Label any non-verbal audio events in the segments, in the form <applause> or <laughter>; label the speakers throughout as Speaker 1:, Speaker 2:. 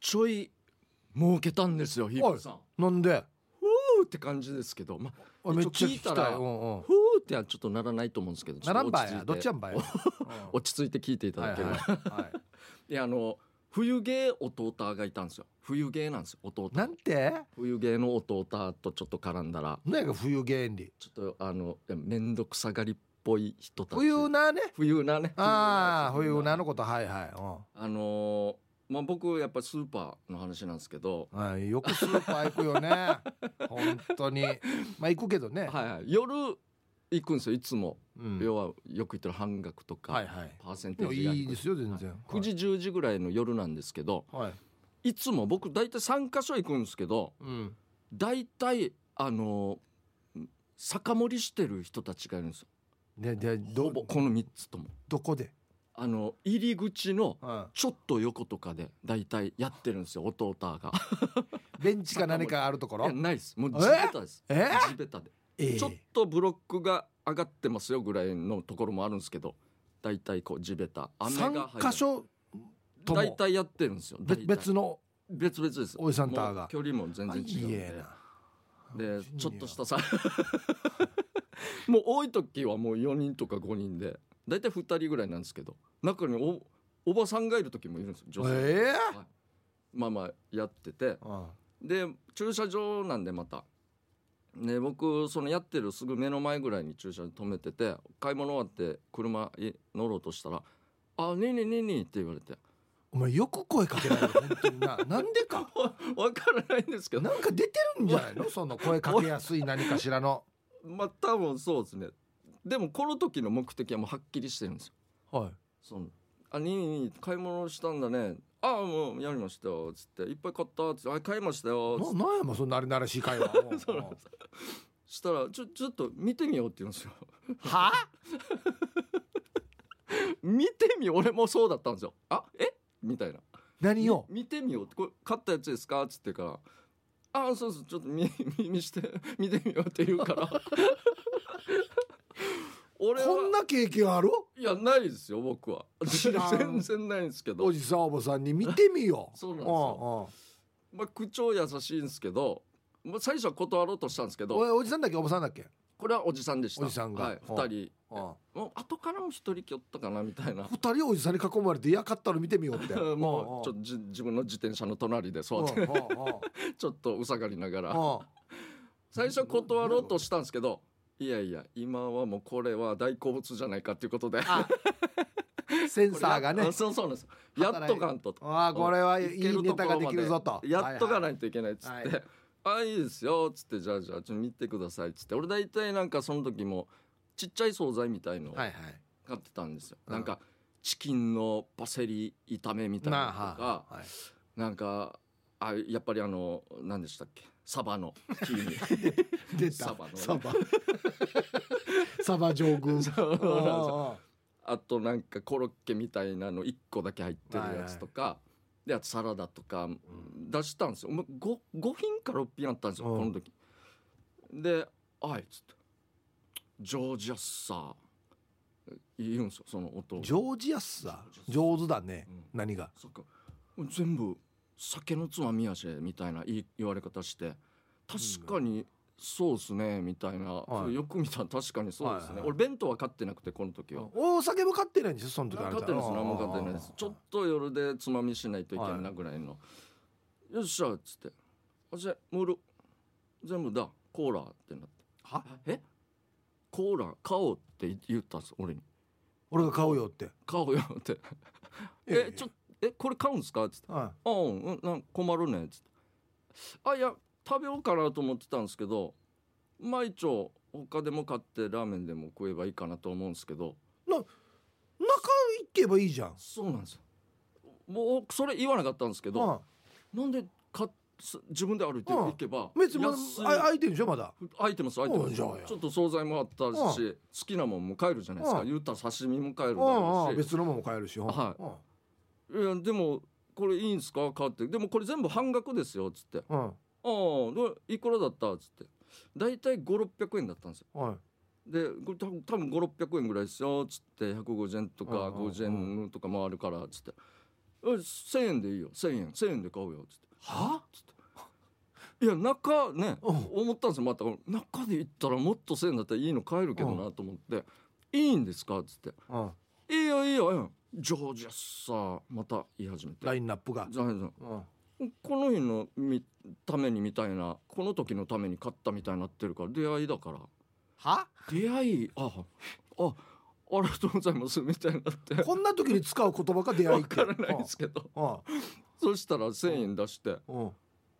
Speaker 1: ちょい儲けたんですよヒープさん
Speaker 2: なんで
Speaker 1: ふーって感じですけどま
Speaker 2: あめっちゃ聞き
Speaker 1: 一応聞いた
Speaker 2: たい
Speaker 1: ら
Speaker 2: うんうん
Speaker 1: ふーってはちょっとならないと思うんですけどちょ
Speaker 2: な
Speaker 1: っと
Speaker 2: ら
Speaker 1: 落ち着い
Speaker 2: んばいや
Speaker 1: て
Speaker 2: どっちやんばいやうん
Speaker 1: 落ち着いて聞いていた
Speaker 2: はい
Speaker 1: だ
Speaker 2: は
Speaker 1: け
Speaker 2: い
Speaker 1: れば、
Speaker 2: はい
Speaker 1: <laughs> であの冬芸弟がいたんですよ冬芸なんですよ弟
Speaker 2: なんて
Speaker 1: 冬芸の弟とちょっと絡んだら
Speaker 2: 何やか冬原理
Speaker 1: ちょっとあのいや面倒くさがりっぽい人たち
Speaker 2: 冬なね
Speaker 1: 冬なね
Speaker 2: ああ
Speaker 1: 冬
Speaker 2: 冬な
Speaker 1: の
Speaker 2: のことはいは
Speaker 1: あのーまあ僕やっぱスーパーの話なんですけど、
Speaker 2: いうんはいよくスーパー行く <laughs> よね本当にまあ行くけどね
Speaker 1: はいはい、夜行くんですよいつも、
Speaker 2: うん
Speaker 1: 要はよく言ってる半額とか、
Speaker 2: はいはい
Speaker 1: パーセンテー
Speaker 2: でも
Speaker 1: ジが低
Speaker 2: いいですよ全然
Speaker 1: 9時10時ぐらいの夜なんですけど
Speaker 2: はい
Speaker 1: いつも僕大体3箇所行くんですけど
Speaker 2: うん
Speaker 1: 大体あのー酒盛りしてる人たちがいるんですよ
Speaker 2: でで
Speaker 1: ほ
Speaker 2: ど
Speaker 1: ぼこの3つとも
Speaker 2: どこで
Speaker 1: あの入り口の
Speaker 2: うん
Speaker 1: ちょっと横とかで大体やってるんですよ弟が
Speaker 2: ベンチか何かあるとこ
Speaker 1: いや
Speaker 2: ろ
Speaker 1: ないですもう地べたです
Speaker 2: え
Speaker 1: 地べたで
Speaker 2: え
Speaker 1: ちょっとブロックが上がってますよぐらいのところもあるんですけど大体こう地べた雨が入る
Speaker 2: 3箇所と
Speaker 1: 大
Speaker 2: も
Speaker 1: 体やってるんですよ
Speaker 2: べ
Speaker 1: 大体
Speaker 2: 別の
Speaker 1: 別々です
Speaker 2: おじさんとあが
Speaker 1: もう距離も全然違
Speaker 2: いいえ
Speaker 1: うんで
Speaker 2: な
Speaker 1: でちょっとしたさ <laughs> もう多い時はもう4人とか5人で大体2人ぐらいなんですけど中におおばさんがいる時もいるんですよ女性、
Speaker 2: ええ
Speaker 1: はいまあまあやってて
Speaker 2: うん
Speaker 1: で駐車場なんでまたね僕そのやってるすぐ目の前ぐらいに駐車場止めてて買い物終わって車へ乗ろうとしたら「あねえねえねえねえ」って言われて
Speaker 2: お前よく声かけられる本当
Speaker 1: <laughs>
Speaker 2: にななんでか
Speaker 1: 「分からないんですけど
Speaker 2: なんか出てるんじゃないのその声かけやすい何かしらの
Speaker 1: まあ多分そうですねでもこの時の目的はもうはっきりしてるんですよ
Speaker 2: はい
Speaker 1: そのあねえねえねえ買い物したんだねああもうやりましたよ」つって「いっぱい買った」つって「あ買いましたよ」つっ
Speaker 2: な
Speaker 1: て
Speaker 2: なんやもんそんなあれならしい会話
Speaker 1: そうなん
Speaker 2: は
Speaker 1: ですしたら「ちょちょっと見てみよう」って言うんですよ <laughs>
Speaker 2: あ
Speaker 1: 見てみよう俺もそうだったんですよあえみたいな
Speaker 2: 何を
Speaker 1: み見てみようってこれ買ったやつですかっつってからあそうそうちょっと見 <laughs> 見見して見てみようって言うから
Speaker 2: <laughs>
Speaker 1: 俺は
Speaker 2: こんな経験ある
Speaker 1: いやないですよ僕は
Speaker 2: 知ら
Speaker 1: <laughs> 全
Speaker 2: ん
Speaker 1: 然ないんですけ
Speaker 2: お
Speaker 1: ど、
Speaker 2: じさんおばさんに見てみよ
Speaker 1: <laughs>
Speaker 2: う
Speaker 1: そうなんです
Speaker 2: よ
Speaker 1: よまあ、口調優しいんですけど、まあ、最初は断ろうとしたんですけど
Speaker 2: おいおじさんだっけおばさんだっけ
Speaker 1: これはおじさんでした
Speaker 2: おじさんが
Speaker 1: はい、
Speaker 2: うん
Speaker 1: 2人
Speaker 2: うん
Speaker 1: もう後からも1人きょったかなみたい
Speaker 2: <laughs>
Speaker 1: な
Speaker 2: 二人おじさんに囲まれて「いやかったら見てみよう」っ
Speaker 1: <laughs>
Speaker 2: て
Speaker 1: もうちょっとじ自分の自転車の隣でそうやって
Speaker 2: と
Speaker 1: <laughs> ちょっとうさがりながら最初断ろうとしたんですけどいやいや今はもうこれは大好物じゃないかっていうことで <laughs>
Speaker 2: センサーがね
Speaker 1: あそうそうなんですやっとかんとと
Speaker 2: ああこれはい
Speaker 1: いける
Speaker 2: いネ
Speaker 1: とこ
Speaker 2: タ
Speaker 1: ろ
Speaker 2: が
Speaker 1: ま
Speaker 2: できるぞと
Speaker 1: やっとか
Speaker 2: はい
Speaker 1: な
Speaker 2: は
Speaker 1: いいといけないっつって、
Speaker 2: はい
Speaker 1: あいいですよっつってじゃあじゃあちょっと見てくださいっつって俺大体なんかその時もちっちゃい惣菜みたいのを
Speaker 2: は
Speaker 1: 買
Speaker 2: いはい
Speaker 1: ってたんですよ、
Speaker 2: うん
Speaker 1: なんかチキンのパセリ炒めみたいなのとか、
Speaker 2: まあはい
Speaker 1: なんかあやっぱりあの何でしたっけサバの
Speaker 2: <laughs>
Speaker 1: <laughs> キーニ
Speaker 2: 出た
Speaker 1: サバのね
Speaker 2: サバ <laughs> サバ上空
Speaker 1: <laughs> そうなんですよ
Speaker 2: あ
Speaker 1: あとなんかコロッケみたいなの1個だけ入ってるやつとか、であとサラダとか出したんですよ、もう 5, 5品か6品あったんですよ、
Speaker 2: うん
Speaker 1: この時で「あい」っつって「ジョージアッサー」言うんですよその音
Speaker 2: あ
Speaker 1: を
Speaker 2: ジョージアスさ上手だね
Speaker 1: うん
Speaker 2: 何が
Speaker 1: そっか全部酒のつまみやしみたいな言い言われ方して確かにそうですねみたいな、
Speaker 2: はい
Speaker 1: よく見たら確かにそうですね、
Speaker 2: はいはい
Speaker 1: 俺弁当は買ってなくてこの時は、
Speaker 2: お酒も買ってないんですよその時あれ
Speaker 1: 勝てないです何も勝てないですちょっと夜でつまみしないといけないなぐらいの、よっしゃっつって「あじゃあムール全部だコーラ」ってなって
Speaker 2: は
Speaker 1: 「えコーラ買おう」って言ったんです俺に
Speaker 2: 俺が買うよって
Speaker 1: 「買おうよ」って「えちょっとえこれ買うんですか?」っつって「
Speaker 2: と
Speaker 1: あうんうんなん困るね」っつって「あいや食べようかなと思ってたんですけどまあ一応他でも買ってラーメンでも食えばいいかなと思うんですけど
Speaker 2: 中行けばいいじゃん
Speaker 1: そうなんですよもうそれ言わなかったんですけど、
Speaker 2: うん
Speaker 1: なんでかす自分で歩いて
Speaker 2: うん
Speaker 1: 行けば
Speaker 2: 別にまだ
Speaker 1: 安い
Speaker 2: あ空いてるでしょまだ
Speaker 1: 空いてます空いてま
Speaker 2: おう
Speaker 1: す
Speaker 2: じゃあや
Speaker 1: ちょっと惣菜もあったし
Speaker 2: う
Speaker 1: 好きなもんも買えるじゃないですか
Speaker 2: うん
Speaker 1: 言ったら刺身も買えるだ
Speaker 2: うん
Speaker 1: ろ
Speaker 2: うん
Speaker 1: うし
Speaker 2: 別のもんも買えるしうん
Speaker 1: はい
Speaker 2: うん
Speaker 1: いやでもこれいいんすか買ってでもこれ全部半額ですよっつって「
Speaker 2: うん
Speaker 1: ああでいくらだった?」っつって大体5600円だったんですよ
Speaker 2: はい
Speaker 1: でこれ多分多分5600円ぐらいですよっつって150円とか
Speaker 2: うんうんうん
Speaker 1: 50円とかもあるからっつって「え1000円でいいよ1000円1000円で買うよ」っつって
Speaker 2: は
Speaker 1: つっていや中ね
Speaker 2: うん
Speaker 1: 思ったんですよまた中で行ったらもっと1000円だったらいいの買えるけどなと思って「いいんですか?」っつって
Speaker 2: うん
Speaker 1: 「いいよいいよ」うんじゃあじゃあさまた言い始めて
Speaker 2: ラインナップが
Speaker 1: じゃあじゃあ
Speaker 2: うん
Speaker 1: この日のみためにみたいなこの時のために買ったみたいになってるから出会いだから
Speaker 2: は
Speaker 1: 出会いああありがとうございますみたいになって <laughs>
Speaker 2: こんな時に使う言葉が出会い
Speaker 1: 分
Speaker 2: って
Speaker 1: からないですけど
Speaker 2: うん
Speaker 1: そしたら1,000円出して
Speaker 2: うん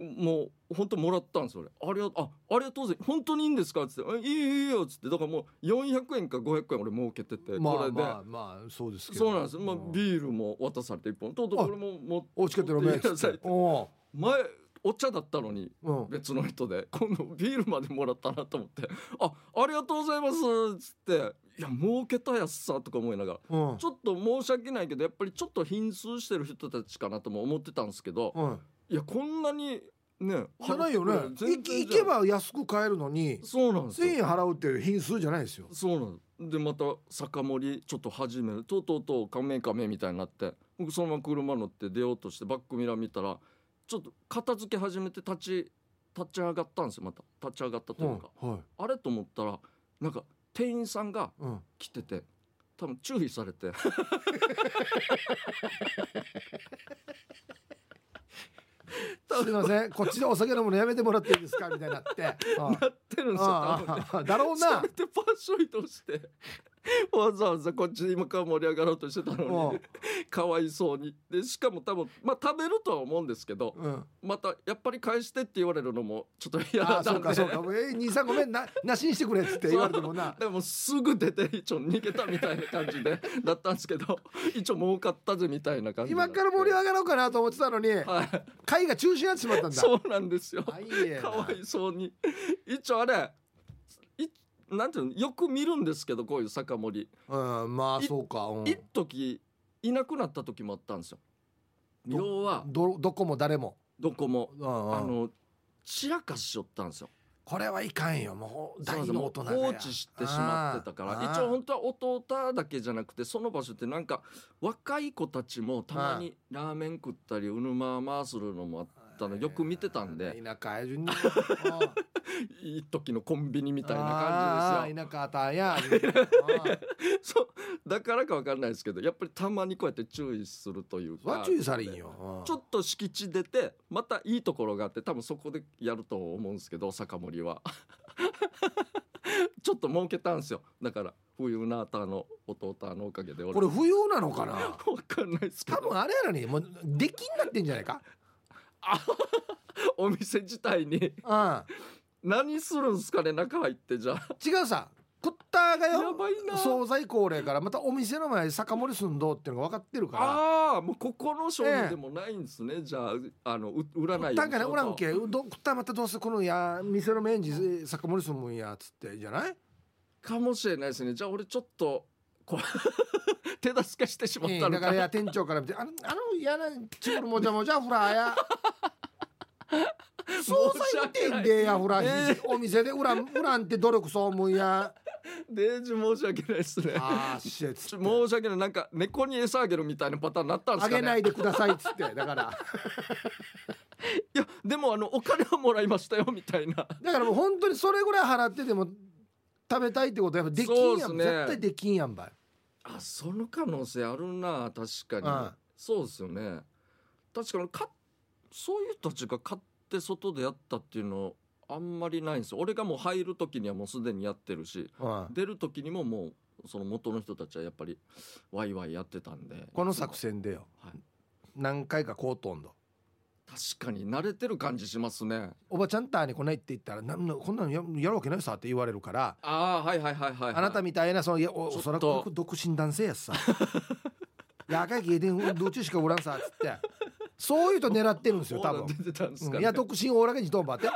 Speaker 1: もう本当もらったんですよ俺ありがあありがとうございます本当にいいんですかっつって「えいいよいいよ」っつってだからもう400円か500円俺儲けてて、
Speaker 2: ま
Speaker 1: こ
Speaker 2: あ
Speaker 1: れで、
Speaker 2: まあまあそうですけど
Speaker 1: そうなんです、まあ
Speaker 2: う、
Speaker 1: ビールも渡されて1本とうとう
Speaker 2: あ
Speaker 1: これももう
Speaker 2: おうちけて飲めっ
Speaker 1: 持ってきな
Speaker 2: つ
Speaker 1: さ
Speaker 2: っ
Speaker 1: いってて
Speaker 2: お
Speaker 1: 前お茶だったのに
Speaker 2: ううん
Speaker 1: 別の人で今度ビールまでもらったなと思って「あありがとうございます」っつって「いや儲けたやっさ」とか思いながら
Speaker 2: うん
Speaker 1: ちょっと申し訳ないけどやっぱりちょっと貧通してる人たちかなとも思ってたんですけど
Speaker 2: うん
Speaker 1: いやこんなにね
Speaker 2: じゃないよね
Speaker 1: 全然
Speaker 2: 行
Speaker 1: じゃん
Speaker 2: き行けば安く買えるのに
Speaker 1: そうなんです
Speaker 2: 1000
Speaker 1: よ
Speaker 2: 円払うっていう品数じゃないですよ
Speaker 1: そうなんですでまた酒盛りちょっと始めるとうとうとうカメカメみたいになって僕そのまま車乗って出ようとしてバックミラー見たらちょっと片付け始めて立ち立ち上がったんですよまた立ち上がったと
Speaker 2: う
Speaker 1: い
Speaker 2: ん
Speaker 1: うか、
Speaker 2: はい
Speaker 1: あれと思ったらなんか店員さんが
Speaker 2: うん
Speaker 1: 来てて多分注意されて
Speaker 2: すいませんこっちでお酒飲むのやめてもらっていいですかみたいになって
Speaker 1: <laughs>
Speaker 2: うん
Speaker 1: なってるんですよ多分ね
Speaker 2: ああだろう
Speaker 1: そ
Speaker 2: な
Speaker 1: れでパンショイとしてわざわざこっち今から盛り上がろうとしてたの
Speaker 2: う
Speaker 1: にかわいそうにでしかも多分まあ食べるとは思うんですけど
Speaker 2: んうん
Speaker 1: またやっぱり返してって言われるのもちょっと嫌
Speaker 2: あ
Speaker 1: だ
Speaker 2: あ
Speaker 1: った
Speaker 2: そ
Speaker 1: ん
Speaker 2: う
Speaker 1: で
Speaker 2: かそうかえー兄さんごめんな <laughs> なしにしてくれっつって言われてもな
Speaker 1: でもすぐ出て一応逃げたみたいな感じで <laughs> だったんですけど一応儲かったぜみたいな感じにな
Speaker 2: 今
Speaker 1: って
Speaker 2: から盛り上がろうかなと思ってたのに
Speaker 1: はい
Speaker 2: 会が中止になってしまったんだ
Speaker 1: そうなんですよ
Speaker 2: はいえ
Speaker 1: かわいそうに一応あれいなんていうのよく見るんですけどこういう酒盛り
Speaker 2: うんまあ
Speaker 1: い
Speaker 2: そうかうん
Speaker 1: 一時いなくなった時もあったんですよ
Speaker 2: ど
Speaker 1: 要は
Speaker 2: どどこも誰も
Speaker 1: どこも
Speaker 2: うんうん
Speaker 1: あの散らかしよったんですよ
Speaker 2: これはいかんよもう
Speaker 1: そう
Speaker 2: 大
Speaker 1: そう
Speaker 2: の
Speaker 1: も
Speaker 2: 大
Speaker 1: う
Speaker 2: 人が
Speaker 1: 放置してしまってたか
Speaker 2: あ
Speaker 1: ら
Speaker 2: ー
Speaker 1: 一応本当は弟だけじゃなくてその場所ってなんか若い子たちもたまにラーメン食ったりうぬままあするのもあったのよく見てたんで
Speaker 2: 田舎や
Speaker 1: <laughs>
Speaker 2: 順に
Speaker 1: いい時のコンビニみ
Speaker 2: み
Speaker 1: たいな感じですよ。
Speaker 2: 田舎あたんや
Speaker 1: そうだからかわかんないですけどやっぱりたまにこうやって注意するという
Speaker 2: それ
Speaker 1: か
Speaker 2: は注意されんようん
Speaker 1: ちょっと敷地出てまたいいところがあって多分そこでやると思うんですけど酒盛りは <laughs> ちょっと儲けたんですよだから冬なたの弟のおかげで俺
Speaker 2: これ不要なのか
Speaker 1: <laughs>
Speaker 2: な
Speaker 1: 分かんないですけ
Speaker 2: 多
Speaker 1: ど
Speaker 2: 分あれやのにもう出来になってんじゃないか
Speaker 1: お店自体に <laughs>
Speaker 2: う
Speaker 1: 何するんすかね中入ってじゃあ
Speaker 2: ん違うさ食ったが
Speaker 1: や
Speaker 2: よ
Speaker 1: ばいな
Speaker 2: 惣菜高齢からまたお店の前で酒盛りすんどうっていうのが分かってるから
Speaker 1: ああもうここの商品でもないんですね、じゃああのう売らない
Speaker 2: なんかね
Speaker 1: よう
Speaker 2: お
Speaker 1: に
Speaker 2: ら
Speaker 1: しよ
Speaker 2: ん
Speaker 1: うと
Speaker 2: けど食ったまたどうせこのや店のメンジ酒盛りすんもんやっつってじゃない
Speaker 1: かもしれないですねじゃあ俺ちょっとこう <laughs> 手助けしてしまっ
Speaker 2: ええ
Speaker 1: たの
Speaker 2: だ
Speaker 1: か
Speaker 2: か
Speaker 1: な
Speaker 2: らや店長から見て「あのあの嫌なチュールもじゃもじゃフラー
Speaker 1: <laughs>
Speaker 2: や」総裁店でやフラー、
Speaker 1: え
Speaker 2: お店でウランウランって努力そう思うや
Speaker 1: デージ申し訳ないですね。
Speaker 2: あーしっつ
Speaker 1: ち
Speaker 2: っ
Speaker 1: ょ
Speaker 2: て
Speaker 1: 申し訳ないなんか猫に餌あげるみたいなパターンになったんで
Speaker 2: あ
Speaker 1: すかね
Speaker 2: げないでくださいっつってだからだか
Speaker 1: いやでもあのお金はもらいましたよみたいな
Speaker 2: らもう本当にそれぐらい払ってでも食べたいってことはやっぱできんや
Speaker 1: そ
Speaker 2: ん、
Speaker 1: うっすね
Speaker 2: 絶対できんやんばい
Speaker 1: あその可能性あるな確かに、
Speaker 2: うん
Speaker 1: そうですよね確かにかそういう人たちが買って外でやったっていうのあんまりないんですよ俺がもう入る時にはもうすでにやってるし
Speaker 2: うん
Speaker 1: 出る時にももうその元の人たちはやっぱりワイワイやってたんで
Speaker 2: この作戦でよ、
Speaker 1: はい
Speaker 2: 何回かこうとんど
Speaker 1: 確かに慣れてる感じしますね
Speaker 2: おばちゃんたーに来ないって言ったらなんなこんなのややるわけないさって言われるから
Speaker 1: ああはいはいはいはい、はい、
Speaker 2: あなたみたいなそのいやお
Speaker 1: ちょっと
Speaker 2: そらく独身男性やし
Speaker 1: <laughs>
Speaker 2: さ若い芸人どっちしかおらんさっつってそういうと狙ってるんですよ多
Speaker 1: オーラ
Speaker 2: 分、
Speaker 1: 出てたんですか、
Speaker 2: う
Speaker 1: ね
Speaker 2: んいや独身おらがにどんばって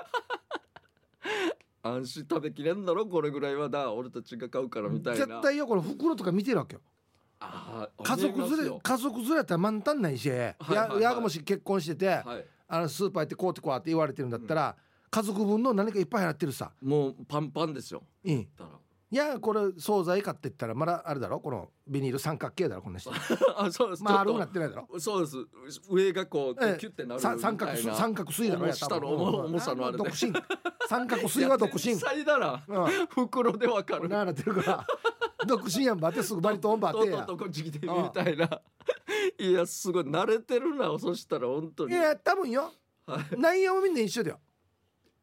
Speaker 1: 安心食べきれんだろこれぐらいはだ俺たちが買うからみたいな
Speaker 2: 絶対よこの袋とか見てるわけよ
Speaker 1: あー
Speaker 2: 家族
Speaker 1: 思います
Speaker 2: 連れ
Speaker 1: よ
Speaker 2: 家族連れやったら満タンないし、や
Speaker 1: はいはい
Speaker 2: やがもし結婚してて、
Speaker 1: はい
Speaker 2: あのスーパー行ってこうってこうって言われてるんだったら、家族分の何かいっぱい払ってるさ、
Speaker 1: もうパンパンですよ
Speaker 2: うん、
Speaker 1: だか
Speaker 2: いやこれ惣菜買ってったらまだあれだろこのビニール三角形だろこん
Speaker 1: <laughs>
Speaker 2: な人
Speaker 1: あそうです
Speaker 2: ま <laughs> あ
Speaker 1: ちょ
Speaker 2: 丸
Speaker 1: っ
Speaker 2: く
Speaker 1: と
Speaker 2: なってないだろ
Speaker 1: そうです上がこ
Speaker 2: ええ
Speaker 1: うキュッてなるみたい
Speaker 2: さ
Speaker 1: な
Speaker 2: 三角す三角錐だろ
Speaker 1: 重し
Speaker 2: 多
Speaker 1: た
Speaker 2: 分
Speaker 1: の
Speaker 2: うん
Speaker 1: 重重さのあれで
Speaker 2: 独身三角錐は
Speaker 1: <laughs>
Speaker 2: 独身
Speaker 1: 天才だな
Speaker 2: う
Speaker 1: 袋でわか
Speaker 2: ん
Speaker 1: る
Speaker 2: なあなってるから独身やんばってすぐバリトンばっ
Speaker 1: と
Speaker 2: て
Speaker 1: と <laughs>
Speaker 2: や
Speaker 1: とこっち来てみたいな <laughs> いやすごい慣れてるなそしたら本当
Speaker 2: い
Speaker 1: に
Speaker 2: や多分よ
Speaker 1: はい
Speaker 2: 内容もみんな一緒だよ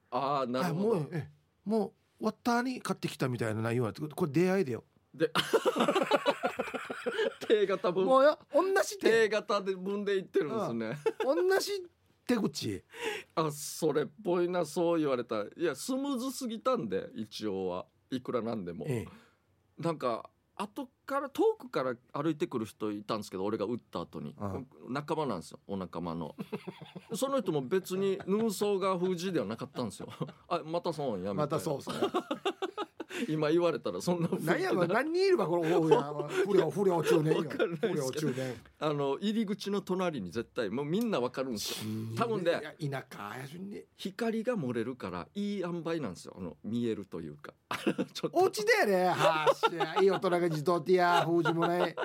Speaker 1: ああな
Speaker 2: あ
Speaker 1: る
Speaker 2: も
Speaker 1: ほ
Speaker 2: う
Speaker 1: ど
Speaker 2: ええもう終わったに買ってきたみたいな内容やってこれ出会いだよ
Speaker 1: 手型分
Speaker 2: もうよ同じ
Speaker 1: 手
Speaker 2: 手
Speaker 1: 型で分でいってるんですね
Speaker 2: 同じ手口
Speaker 1: <laughs> あそれっぽいなそう言われたいやスムーズすぎたんで一応はいくらなんでも
Speaker 2: ええ
Speaker 1: なんか後から遠くから歩いてくる人いたんですけど俺が打った後に、
Speaker 2: うん
Speaker 1: 仲間なんですよお仲間の <laughs> その人も別に運送が封じではなかったんですよ <laughs> あまたそうやめ
Speaker 2: またそうそう
Speaker 1: 今言われたらそんな雰囲気
Speaker 2: 何やろ何人いるばこのおうや不良不良中年よ
Speaker 1: わかんないですけ
Speaker 2: 不
Speaker 1: ど
Speaker 2: 良中年
Speaker 1: <laughs> あの入り口の隣に絶対もうみんなわかるんですよ多分ね
Speaker 2: いや田舎やしに
Speaker 1: 光が漏れるからいい塩梅なんですよあの見えるというかちょっ
Speaker 2: お
Speaker 1: と
Speaker 2: 家だよねはっしゃいい大人が自動ティア封じもない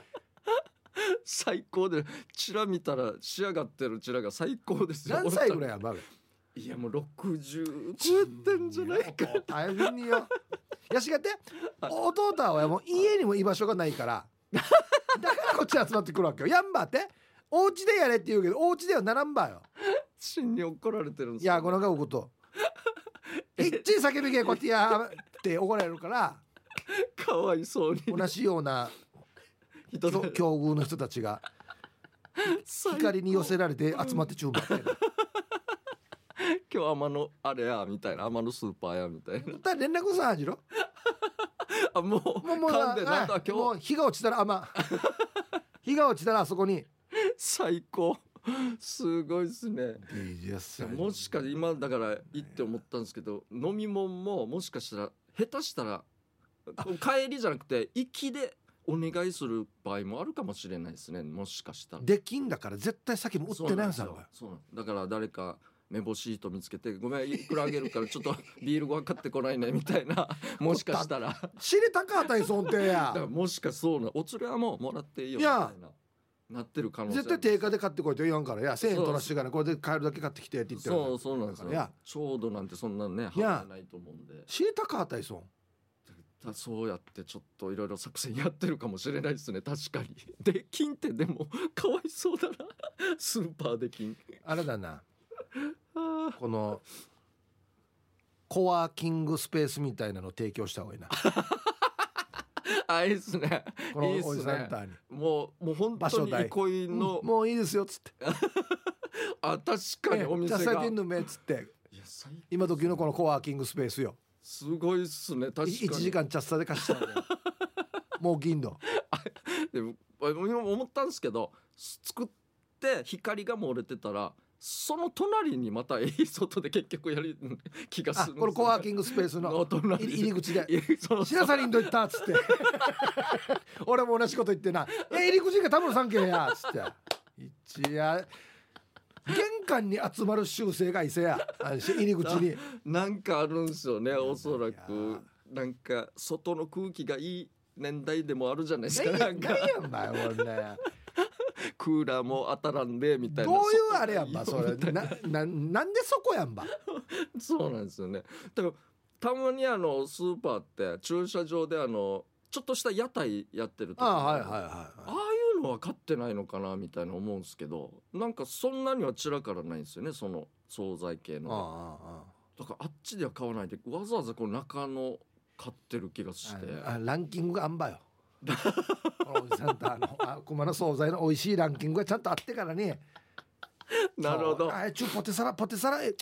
Speaker 1: 最高でチラ見たら仕上がってるチラが最高ですよ
Speaker 2: 何歳ぐらいやば
Speaker 1: いやもう60超えてんじゃないか
Speaker 2: 大変によやしがって弟はもう家にも居場所がないからだからこっちに集まってくるわけよやんばってお家でやれって言うけどお家ではならんばよ
Speaker 1: 父に怒られてるんで
Speaker 2: い
Speaker 1: すよ
Speaker 2: やこのがおこといっちい叫びけこっちやって怒られるから
Speaker 1: かわいそうに
Speaker 2: 同じような
Speaker 1: 人
Speaker 2: 境境遇の人たち
Speaker 1: <laughs>
Speaker 2: が光に寄せられて集まってチューバ
Speaker 1: <laughs>
Speaker 2: ーって
Speaker 1: 今日天のあれやみたいな天のスーパーやみたいな
Speaker 2: だ連絡さんじろ
Speaker 1: あもう
Speaker 2: もうもう
Speaker 1: 噛んでなん
Speaker 2: は
Speaker 1: だ
Speaker 2: いも
Speaker 1: 今
Speaker 2: う
Speaker 1: 日
Speaker 2: 日が落ちたらあまあ
Speaker 1: <laughs>
Speaker 2: 日が落ちたらあそこに
Speaker 1: 最高すごいですね
Speaker 2: DJ さん
Speaker 1: もしかして今だから行って思ったんですけど飲み物ももしかしたら下手したら帰りじゃなくて行きでお願いする場合もあるかもしれないですねもしかしたら
Speaker 2: できんだから絶対先も売ってないんさ
Speaker 1: そうなんですよそうなんだから誰か目星シート見つけて「ごめんいくらあげるからちょっとビール分かってこないね」みたいなもしかしたらだ
Speaker 2: 知れた <laughs> かあたいそんて
Speaker 1: <laughs>
Speaker 2: や
Speaker 1: からもしかそうなお釣りはもうもらっていいよ
Speaker 2: い
Speaker 1: みたい
Speaker 2: や
Speaker 1: ななってる可能性
Speaker 2: 絶対定価で買ってこいと言わんからいや1000円取らしてからこれで買えるだけ買ってきてって言ってる
Speaker 1: そうそうなんです
Speaker 2: だからい
Speaker 1: よ
Speaker 2: や
Speaker 1: ちょうどなんてそんなね
Speaker 2: いや
Speaker 1: はないと思うんで
Speaker 2: 知れたかあたいそん
Speaker 1: だそうやってちょっといろいろ作戦やってるかもしれないですね確かにで金ってでもかわいそうだなスーパーで金
Speaker 2: あれだな
Speaker 1: あ
Speaker 2: このコワーキングスペースみたいなの提供した方がい
Speaker 1: <laughs>
Speaker 2: いな
Speaker 1: ーあいいっすね
Speaker 2: この
Speaker 1: いいっ
Speaker 2: お
Speaker 1: す
Speaker 2: じ
Speaker 1: ね
Speaker 2: さんたに
Speaker 1: もうもう本
Speaker 2: 場所
Speaker 1: 当
Speaker 2: 代
Speaker 1: に憩いの、
Speaker 2: もういいですよっつって
Speaker 1: あ確かにお
Speaker 2: じゃ
Speaker 1: 店
Speaker 2: あ
Speaker 1: が、
Speaker 2: 最近の目っつって
Speaker 1: いや最
Speaker 2: 今時のこのコワーキングスペースよ
Speaker 1: すごいっすね確かに
Speaker 2: 1時間チャッサで貸した
Speaker 1: <laughs>
Speaker 2: のよもう銀の
Speaker 1: でもあ今思ったんですけど作って光が漏れてたらその隣にまたいい外で結局やる気が
Speaker 2: あ
Speaker 1: するんですよね
Speaker 2: これコワーキングスペースの
Speaker 1: の隣
Speaker 2: 入り入り口で
Speaker 1: いやその
Speaker 2: 白リンど行ったっつって <laughs> 俺も同じこと言ってな「え入り口が田村さんけや」っつって一夜玄関に集まる習性が伊勢やあし入り口に
Speaker 1: なんかあるんですよねおそら
Speaker 2: いや
Speaker 1: くなんか外の空気がいい年代でもあるじゃないですか
Speaker 2: 何
Speaker 1: な
Speaker 2: や
Speaker 1: ん
Speaker 2: 何
Speaker 1: か
Speaker 2: やんばよ俺ね
Speaker 1: クーラーも当たらんでみたい
Speaker 2: ど
Speaker 1: な
Speaker 2: ういうあれやんば
Speaker 1: ば
Speaker 2: それなななんでそこやんば
Speaker 1: そうなんですよね。だからたまにあのスーパーって駐車場であのちょっとした屋台やってる時
Speaker 2: ああはいはい
Speaker 1: あ
Speaker 2: はい
Speaker 1: あ
Speaker 2: はい
Speaker 1: いうのは買ってないのかなみたいな思うんですけどなんかそんなには散らからないんですよねその惣菜系
Speaker 2: ああ
Speaker 1: の
Speaker 2: ああ
Speaker 1: だからあっちでは買わないでわざわざこの中野買ってる気がして
Speaker 2: あランキングがあんばよおじさんとあのあ駒の惣菜の美味しいランキングがちゃんとあってからね
Speaker 1: <laughs> なるほ
Speaker 2: そう
Speaker 1: ど
Speaker 2: あちゅポテサラポテサラえ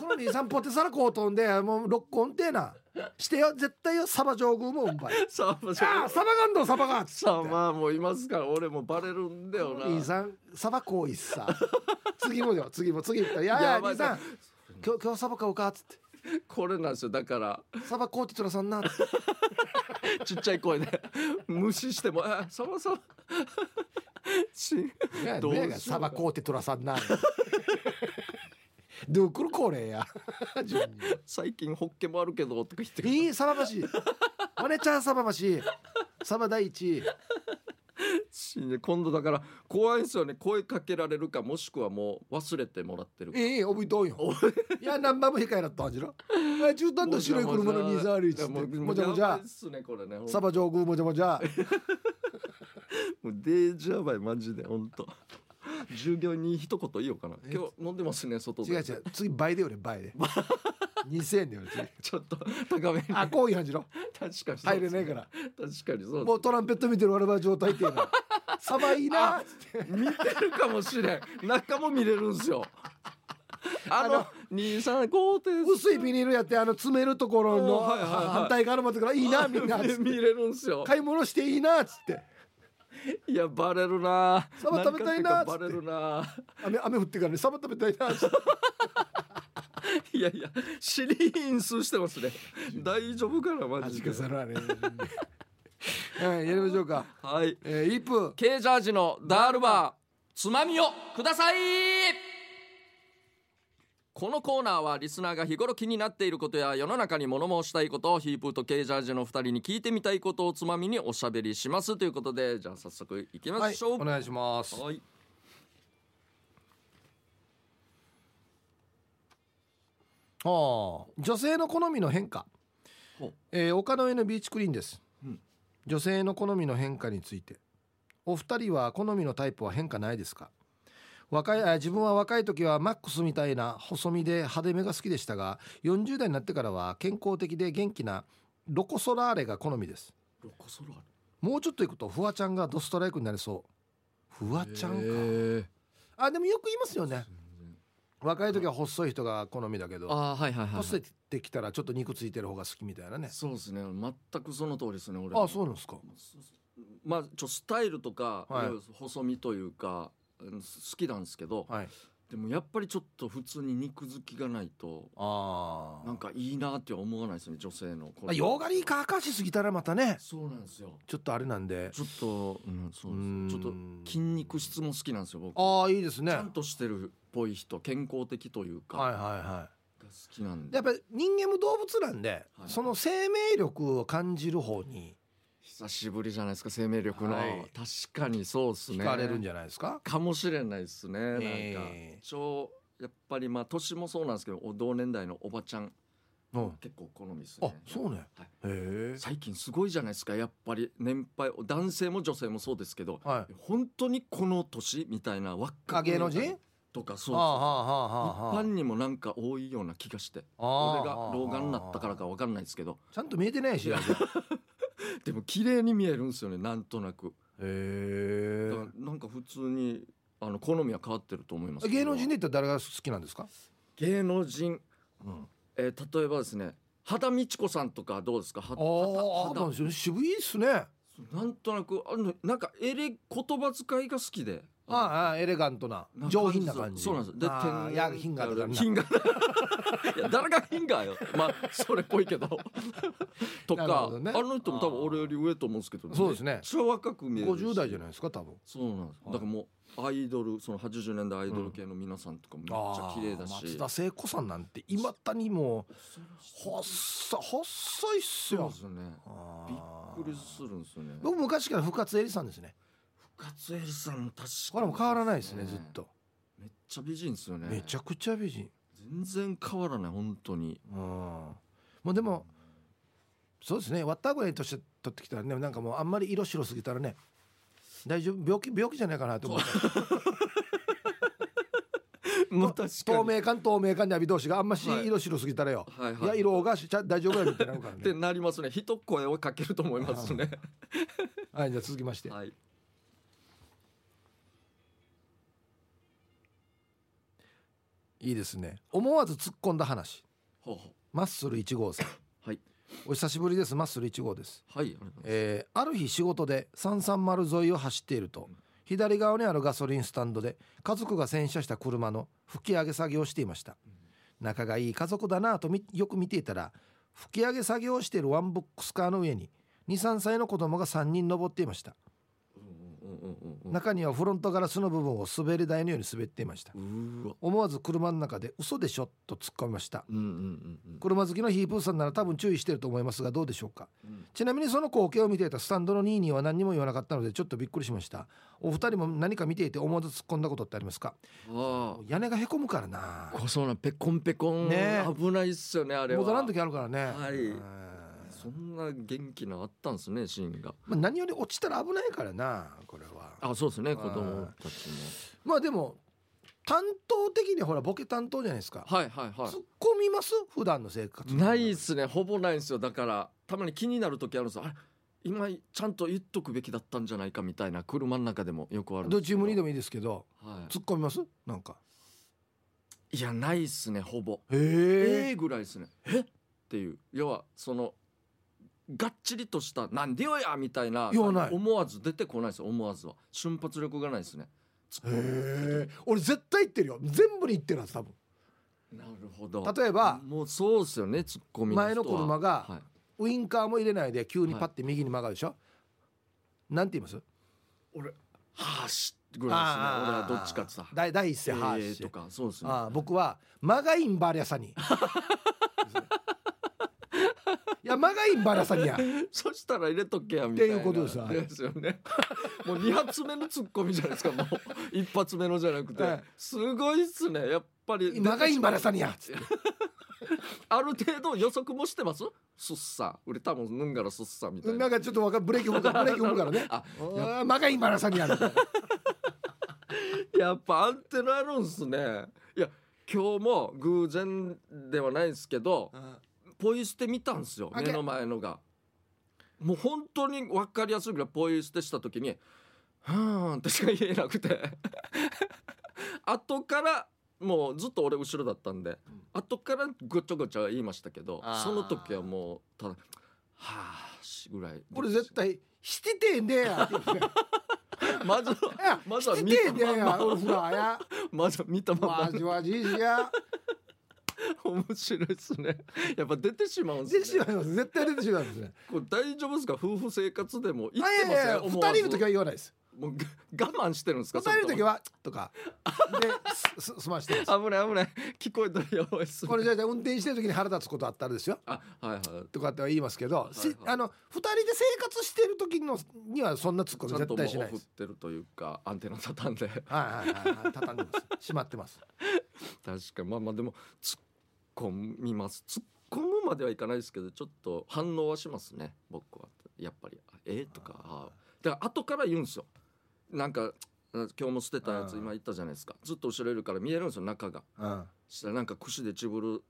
Speaker 2: この兄さんポテサラこうとんでもう六個んてえなしてよ絶対よサバ上宮もうん <laughs> ばい
Speaker 1: さあ
Speaker 2: ああサバガンドサバがつって
Speaker 1: さあまあもういますから俺もバレるんだよな
Speaker 2: 兄さんサバこういっ <laughs> さ次もよ次も次行ったらいやいや
Speaker 1: やばい
Speaker 2: 兄さん今日今日サバ買おうかっつって
Speaker 1: これなんですよだから
Speaker 2: サバこうってつらさ <laughs> んなっつって
Speaker 1: ちっちゃい声で無視しても「あさま
Speaker 2: <laughs>
Speaker 1: さま」し
Speaker 2: いや
Speaker 1: どうしよう
Speaker 2: いやサバこうってつらさん <laughs> などうくるこれや順に
Speaker 1: 最近ホッケもあるけどとか言って
Speaker 2: いいサバ橋マネちゃんサバ橋サバ第一
Speaker 1: 死んで今度だから怖いんですよね声かけられるかもしくはもう忘れてもらってる
Speaker 2: ええ覚えとんよいや何番も控えだったんじゃろえ中途半端白い車の231つってもじゃもじ
Speaker 1: やば
Speaker 2: ゃ
Speaker 1: いっすねこれねほんと
Speaker 2: サバ上空もじゃもじゃ
Speaker 1: もうデージャバイマジで本当。従業員に一言言おうかな。今日飲んでますね外で。
Speaker 2: 違う違う次倍でよね倍 <laughs> で2000円でよね次
Speaker 1: ちょっと高めに。
Speaker 2: あこういう感じの
Speaker 1: 確かに。。
Speaker 2: <laughs> 入れないからら
Speaker 1: 確かにそう
Speaker 2: もうトランペット見てる我々は状態っていうのはサバいいなっつって
Speaker 1: です。見てるかもしれん。中も見れるんすよ。あの二三五点
Speaker 2: 薄いビニールやってあの詰めるところの
Speaker 1: おーはいはいはい
Speaker 2: 反対側のまたからいいなみ <laughs> んなっつって
Speaker 1: 見れるんすよ。
Speaker 2: 買い物していいなっつって
Speaker 1: いやバレるな。
Speaker 2: サバ食べたいな
Speaker 1: んかっていうかバレるな。
Speaker 2: 雨雨降ってからねサバ食べたいなっつって
Speaker 1: いやいやシリーン数してますね。大丈夫かなマ
Speaker 2: 恥
Speaker 1: ジ
Speaker 2: ずか
Speaker 1: で。
Speaker 2: さらねはいやりましょうか
Speaker 1: はい。
Speaker 2: えー、イプ
Speaker 1: ケージャージのダールバーつまみをくださいこのコーナーはリスナーが日頃気になっていることや世の中に物申したいことをヒープーとケージャージの2人に聞いてみたいことをつまみにおしゃべりしますということでじゃあ早速いきま
Speaker 2: はい
Speaker 1: しょ
Speaker 2: お
Speaker 1: う、
Speaker 2: 願いします
Speaker 1: はい
Speaker 2: はあ女性の好みの変化
Speaker 1: ほう、
Speaker 2: えー、丘の上のビーチクリーンです、
Speaker 1: うん
Speaker 2: 女性の好みの変化についてお二人は好みのタイプは変化ないですか若いあ自分は若い時はマックスみたいな細身で派手めが好きでしたが40代になってからは健康的で元気なロコ・ソラーレが好みです
Speaker 1: ロコソラ
Speaker 2: もうちょっといくとフワちゃんがドストライクになりそうフワちゃんかあでもよく言いますよね若い時は細い人が好みだけど
Speaker 1: あーはいはいはい、はい
Speaker 2: 細ってきたらちょっと肉ついてる方が好きみたいなね
Speaker 1: そうですね全くその通りですね俺
Speaker 2: あそうなんですか
Speaker 1: まあちょスタイルとか、
Speaker 2: はい
Speaker 1: 細身というかうん好きなんですけど、
Speaker 2: はい
Speaker 1: でもやっぱりちょっと普通に肉付きがないと
Speaker 2: あ
Speaker 1: なんかいいなっては思わないですね女性の
Speaker 2: あヨガリー乾かしすぎたらまたね
Speaker 1: そうなんですよ
Speaker 2: ちょっとあれなんで
Speaker 1: ちょっと、うん、そう
Speaker 2: ーん
Speaker 1: ですちょっと筋肉質も好きなんですよ僕
Speaker 2: ああいいですね
Speaker 1: ち
Speaker 2: は
Speaker 1: ゃんとしてるっぽい人健康的という
Speaker 2: い
Speaker 1: か、
Speaker 2: はいは
Speaker 1: が好きなん
Speaker 2: い
Speaker 1: で
Speaker 2: やっぱり人間も動物なんで、
Speaker 1: はい
Speaker 2: その生命力を感じる方に
Speaker 1: 久しぶりじゃないですか生命力の、
Speaker 2: はい
Speaker 1: 確かにそうですね
Speaker 2: 惹かれるんじゃないですか、
Speaker 1: かもしれないですね、
Speaker 2: え
Speaker 1: なんか
Speaker 2: え
Speaker 1: 超やっぱりまあ年もそうなんですけどお同年代のおばちゃん
Speaker 2: うん
Speaker 1: 結構好みです
Speaker 2: あ
Speaker 1: ね
Speaker 2: そうね、
Speaker 1: はい
Speaker 2: へえ
Speaker 1: 最近すごいじゃないですかやっぱり年配男性も女性もそうですけど
Speaker 2: はい
Speaker 1: 本当にこの年みたいな若
Speaker 2: あ
Speaker 1: く見え
Speaker 2: 芸
Speaker 1: た
Speaker 2: 能
Speaker 1: り
Speaker 2: 人
Speaker 1: とか
Speaker 2: あ
Speaker 1: そう
Speaker 2: あは
Speaker 1: そ
Speaker 2: あはあはあ
Speaker 1: う一
Speaker 2: は
Speaker 1: 般にもなんか多いような気がして
Speaker 2: あ
Speaker 1: 俺が老眼になったからかわかんないですけど
Speaker 2: ちゃんと見えてないし
Speaker 1: いや
Speaker 2: へ
Speaker 1: でも綺麗に見えるんですよねなんとなくだ
Speaker 2: え
Speaker 1: からなんか普通にあの好みは変わってると思います
Speaker 2: 芸能人
Speaker 1: で
Speaker 2: で言ったら誰が好きなんですか、
Speaker 1: 芸能人、
Speaker 2: うん
Speaker 1: えー例えばですね羽美智子さんとかどうですかは
Speaker 2: ああ
Speaker 1: は
Speaker 2: なんですよね渋いっすねはい
Speaker 1: なんとなくあのなんかエレ言葉遣いが好きで
Speaker 2: はいエレガントな
Speaker 1: なんか
Speaker 2: 上品な感じ
Speaker 1: そうなんですよで
Speaker 2: あーいや品があるからな
Speaker 1: 品が <laughs> いや誰が品がよまあそれっぽいけ
Speaker 2: <laughs>
Speaker 1: どと
Speaker 2: なる
Speaker 1: か
Speaker 2: ほ、どね
Speaker 1: あの人も多分俺より上と思うんですけど、
Speaker 2: そうですね
Speaker 1: めっちゃ若く見える
Speaker 2: 50代じゃ
Speaker 1: ない
Speaker 2: ないですか多分
Speaker 1: そうなんです、
Speaker 2: はい
Speaker 1: だからもうアイドルその80年代アイドル系の皆さんとかもめっちゃ綺麗だ
Speaker 2: あー
Speaker 1: し、
Speaker 2: 松田聖子さんなんて今谷もう
Speaker 1: 細い
Speaker 2: 細細いっす
Speaker 1: そう
Speaker 2: よ
Speaker 1: ですよね
Speaker 2: あ
Speaker 1: び
Speaker 2: ー
Speaker 1: っくりするんですよね
Speaker 2: 僕昔から深津絵里さんですね
Speaker 1: 勝恵さんも確かに
Speaker 2: これも変わらないですねずっと
Speaker 1: めっちゃ美人ですよね
Speaker 2: めちゃくちゃ美人
Speaker 1: 全然変わらない本当に
Speaker 2: うんもうでもそうですね割ったぐらいとして取ってきたらねなんかもうあんまり色白すぎたらね大丈夫病気病気じゃないかなと思って
Speaker 1: もう確か
Speaker 2: 透
Speaker 1: に
Speaker 2: 明感透明感で浴び同士があんまし
Speaker 1: はい
Speaker 2: 色白すぎたらよ、
Speaker 1: はいはい
Speaker 2: いや色がしちゃ大丈夫やみたいになるから
Speaker 1: って
Speaker 2: ね
Speaker 1: なりますね。一声をかけると思いますね。
Speaker 2: はいじゃあ続きまして、
Speaker 1: はい。
Speaker 2: いいですね思わず突っ込んだ話
Speaker 1: ほうほ
Speaker 2: マッスル1号さん
Speaker 1: うはい。
Speaker 2: お久しぶりですマッスル1号です、
Speaker 1: はい。ありがとうございます
Speaker 2: えーある日仕事で330沿いを走っていると左側にあるガソリンスタンドで家族が洗車した車の吹き上げ作業をしていました仲がいい家族だなぁとみよく見ていたら吹き上げ作業をしているワンボックスカーの上に23歳の子供が3人登っていました
Speaker 1: うんうんうんうんうん
Speaker 2: 中にはフロントガラスの部分を滑り台のように滑っていました
Speaker 1: うーわ
Speaker 2: 思わず車の中で「嘘でしょ」と突っ込みました
Speaker 1: うんうんうんうん
Speaker 2: 車好きのヒープーさんなら多分注意してると思いますがどうでしょうか
Speaker 1: うん
Speaker 2: ちなみにその光景を見ていたスタンドのニーニーは何にも言わなかったのでちょっとびっくりしましたお二人も何か見ていて思わず突っ込んだことってありますか
Speaker 1: あ
Speaker 2: 屋根がへこむからな
Speaker 1: あこそうなペコンペコン、
Speaker 2: ねえ
Speaker 1: 危ないっすよねあれは
Speaker 2: 戻らん時あるからね
Speaker 1: はい
Speaker 2: うん
Speaker 1: そんな元気なあったんですねシーンが
Speaker 2: まあ、何より落ちたら危ないからなこれは
Speaker 1: あそうですね
Speaker 2: あー
Speaker 1: 子供たち
Speaker 2: まあでも担当的にほらボケ担当じゃないですか
Speaker 1: もはいはいは
Speaker 2: 突っ込みます普段の生活
Speaker 1: いないっすねほぼないんですよだからたまに気になる時あるんですよあれ今ちゃんと言っとくべきだったんじゃないかみたいな車の中でもよくあるん
Speaker 2: ど
Speaker 1: ですけ
Speaker 2: チームにでもいいですけど
Speaker 1: は
Speaker 2: 突っ込みますなんか
Speaker 1: い、いやないっすねほぼえ
Speaker 2: へえ
Speaker 1: えぐらいですねえっていう要はそのがっちりとした「なんでよや!」みたいな
Speaker 2: 言わない
Speaker 1: 思わず出てこないです思わずは瞬発力がないですね
Speaker 2: へえ俺絶対言ってるよ全部に言ってるはず多分
Speaker 1: なるほど
Speaker 2: 例えば
Speaker 1: もうそうですよねツッコミ
Speaker 2: 前の車
Speaker 1: が、
Speaker 2: が
Speaker 1: は
Speaker 2: ウインカーも入れないで急にパッて右に曲がるでしょ、なんて言います
Speaker 1: い、はーしぐらいですね俺はどっちかってさ
Speaker 2: 第第一声は
Speaker 1: え
Speaker 2: ー
Speaker 1: ー
Speaker 2: し
Speaker 1: とかそうですね
Speaker 2: ああ僕はマガインバリアサニ
Speaker 1: <laughs>
Speaker 2: いやマガインバリアサニや
Speaker 1: そしたら入れとけやみたいな
Speaker 2: っていうことですはい
Speaker 1: よね <laughs> もう2発目のツッコミじゃないですかもう1発目のじゃなくて、
Speaker 2: はい
Speaker 1: すごいっすねやっぱり
Speaker 2: マガインバリアサニやつって
Speaker 1: ある程度予測もしてますすっさ俺多分ぬんがらすっさみたい
Speaker 2: な
Speaker 1: なん
Speaker 2: かちょっとわかブレーキ踏むからブレーキ踏むからね
Speaker 1: あ
Speaker 2: ああマガインバリアサニやみたいな
Speaker 1: やっぱアンテナあるんすねいや今日も偶然ではないですけどポイ捨て見たんすよ
Speaker 2: あ
Speaker 1: 目の前のがもう本当に分かりやすいぐらいポイ捨てした時に「はーん」ってしか言えなくて <laughs> 後からもうずっと俺後ろだったんで後からごちゃごちゃ言いましたけど
Speaker 2: あー
Speaker 1: その時はもうただ「はーし」ぐらい
Speaker 2: これ絶対しててねえやって言って
Speaker 1: <laughs> まずは
Speaker 2: いや
Speaker 1: まずは
Speaker 2: して
Speaker 1: 見
Speaker 2: て
Speaker 1: た
Speaker 2: ねえ
Speaker 1: ま
Speaker 2: や
Speaker 1: ま
Speaker 2: ウフラや
Speaker 1: まずは見たまま
Speaker 2: わじわじいじや
Speaker 1: 面白いですねやっぱ出てしまうんですね
Speaker 2: 出てしまいます絶対出てしまいますね
Speaker 1: これ大丈夫ですか夫婦生活でも言
Speaker 2: あ
Speaker 1: っ
Speaker 2: い
Speaker 1: て
Speaker 2: やい
Speaker 1: ます
Speaker 2: やいや
Speaker 1: よ
Speaker 2: 二
Speaker 1: 思わず
Speaker 2: 人の時は言わないです
Speaker 1: もうが我慢してるんですか
Speaker 2: 二人の時
Speaker 1: は
Speaker 2: はとかです <laughs> 済ましてます
Speaker 1: <laughs> 危ない危ない聞こえたらやばいっすね
Speaker 2: これじゃあ運転してる時に腹立つことあったらですよ
Speaker 1: あはいはい
Speaker 2: とかっては言いますけど、せ
Speaker 1: はいはい
Speaker 2: あの二人で生活してる時のにはそんなツッコミ
Speaker 1: ちゃん
Speaker 2: 絶
Speaker 1: ともう
Speaker 2: 対しない
Speaker 1: 振
Speaker 2: で
Speaker 1: っ
Speaker 2: す。
Speaker 1: てるというかアンテナ畳んで <laughs>
Speaker 2: はいはいはいはい、畳んでます。しまって <laughs> ます。
Speaker 1: 確かにまあまあでも突っ込みます突っ込むまではいかないですけどちょっと反応はしますね僕はやっぱりあえー、とかあーだから後から言うんですよなんか今日も捨てたやつ
Speaker 2: うん
Speaker 1: 今言ったじゃないですかずっと後ろいるから見えるんですよ中が
Speaker 2: うん、
Speaker 1: したらなんか串でちぶる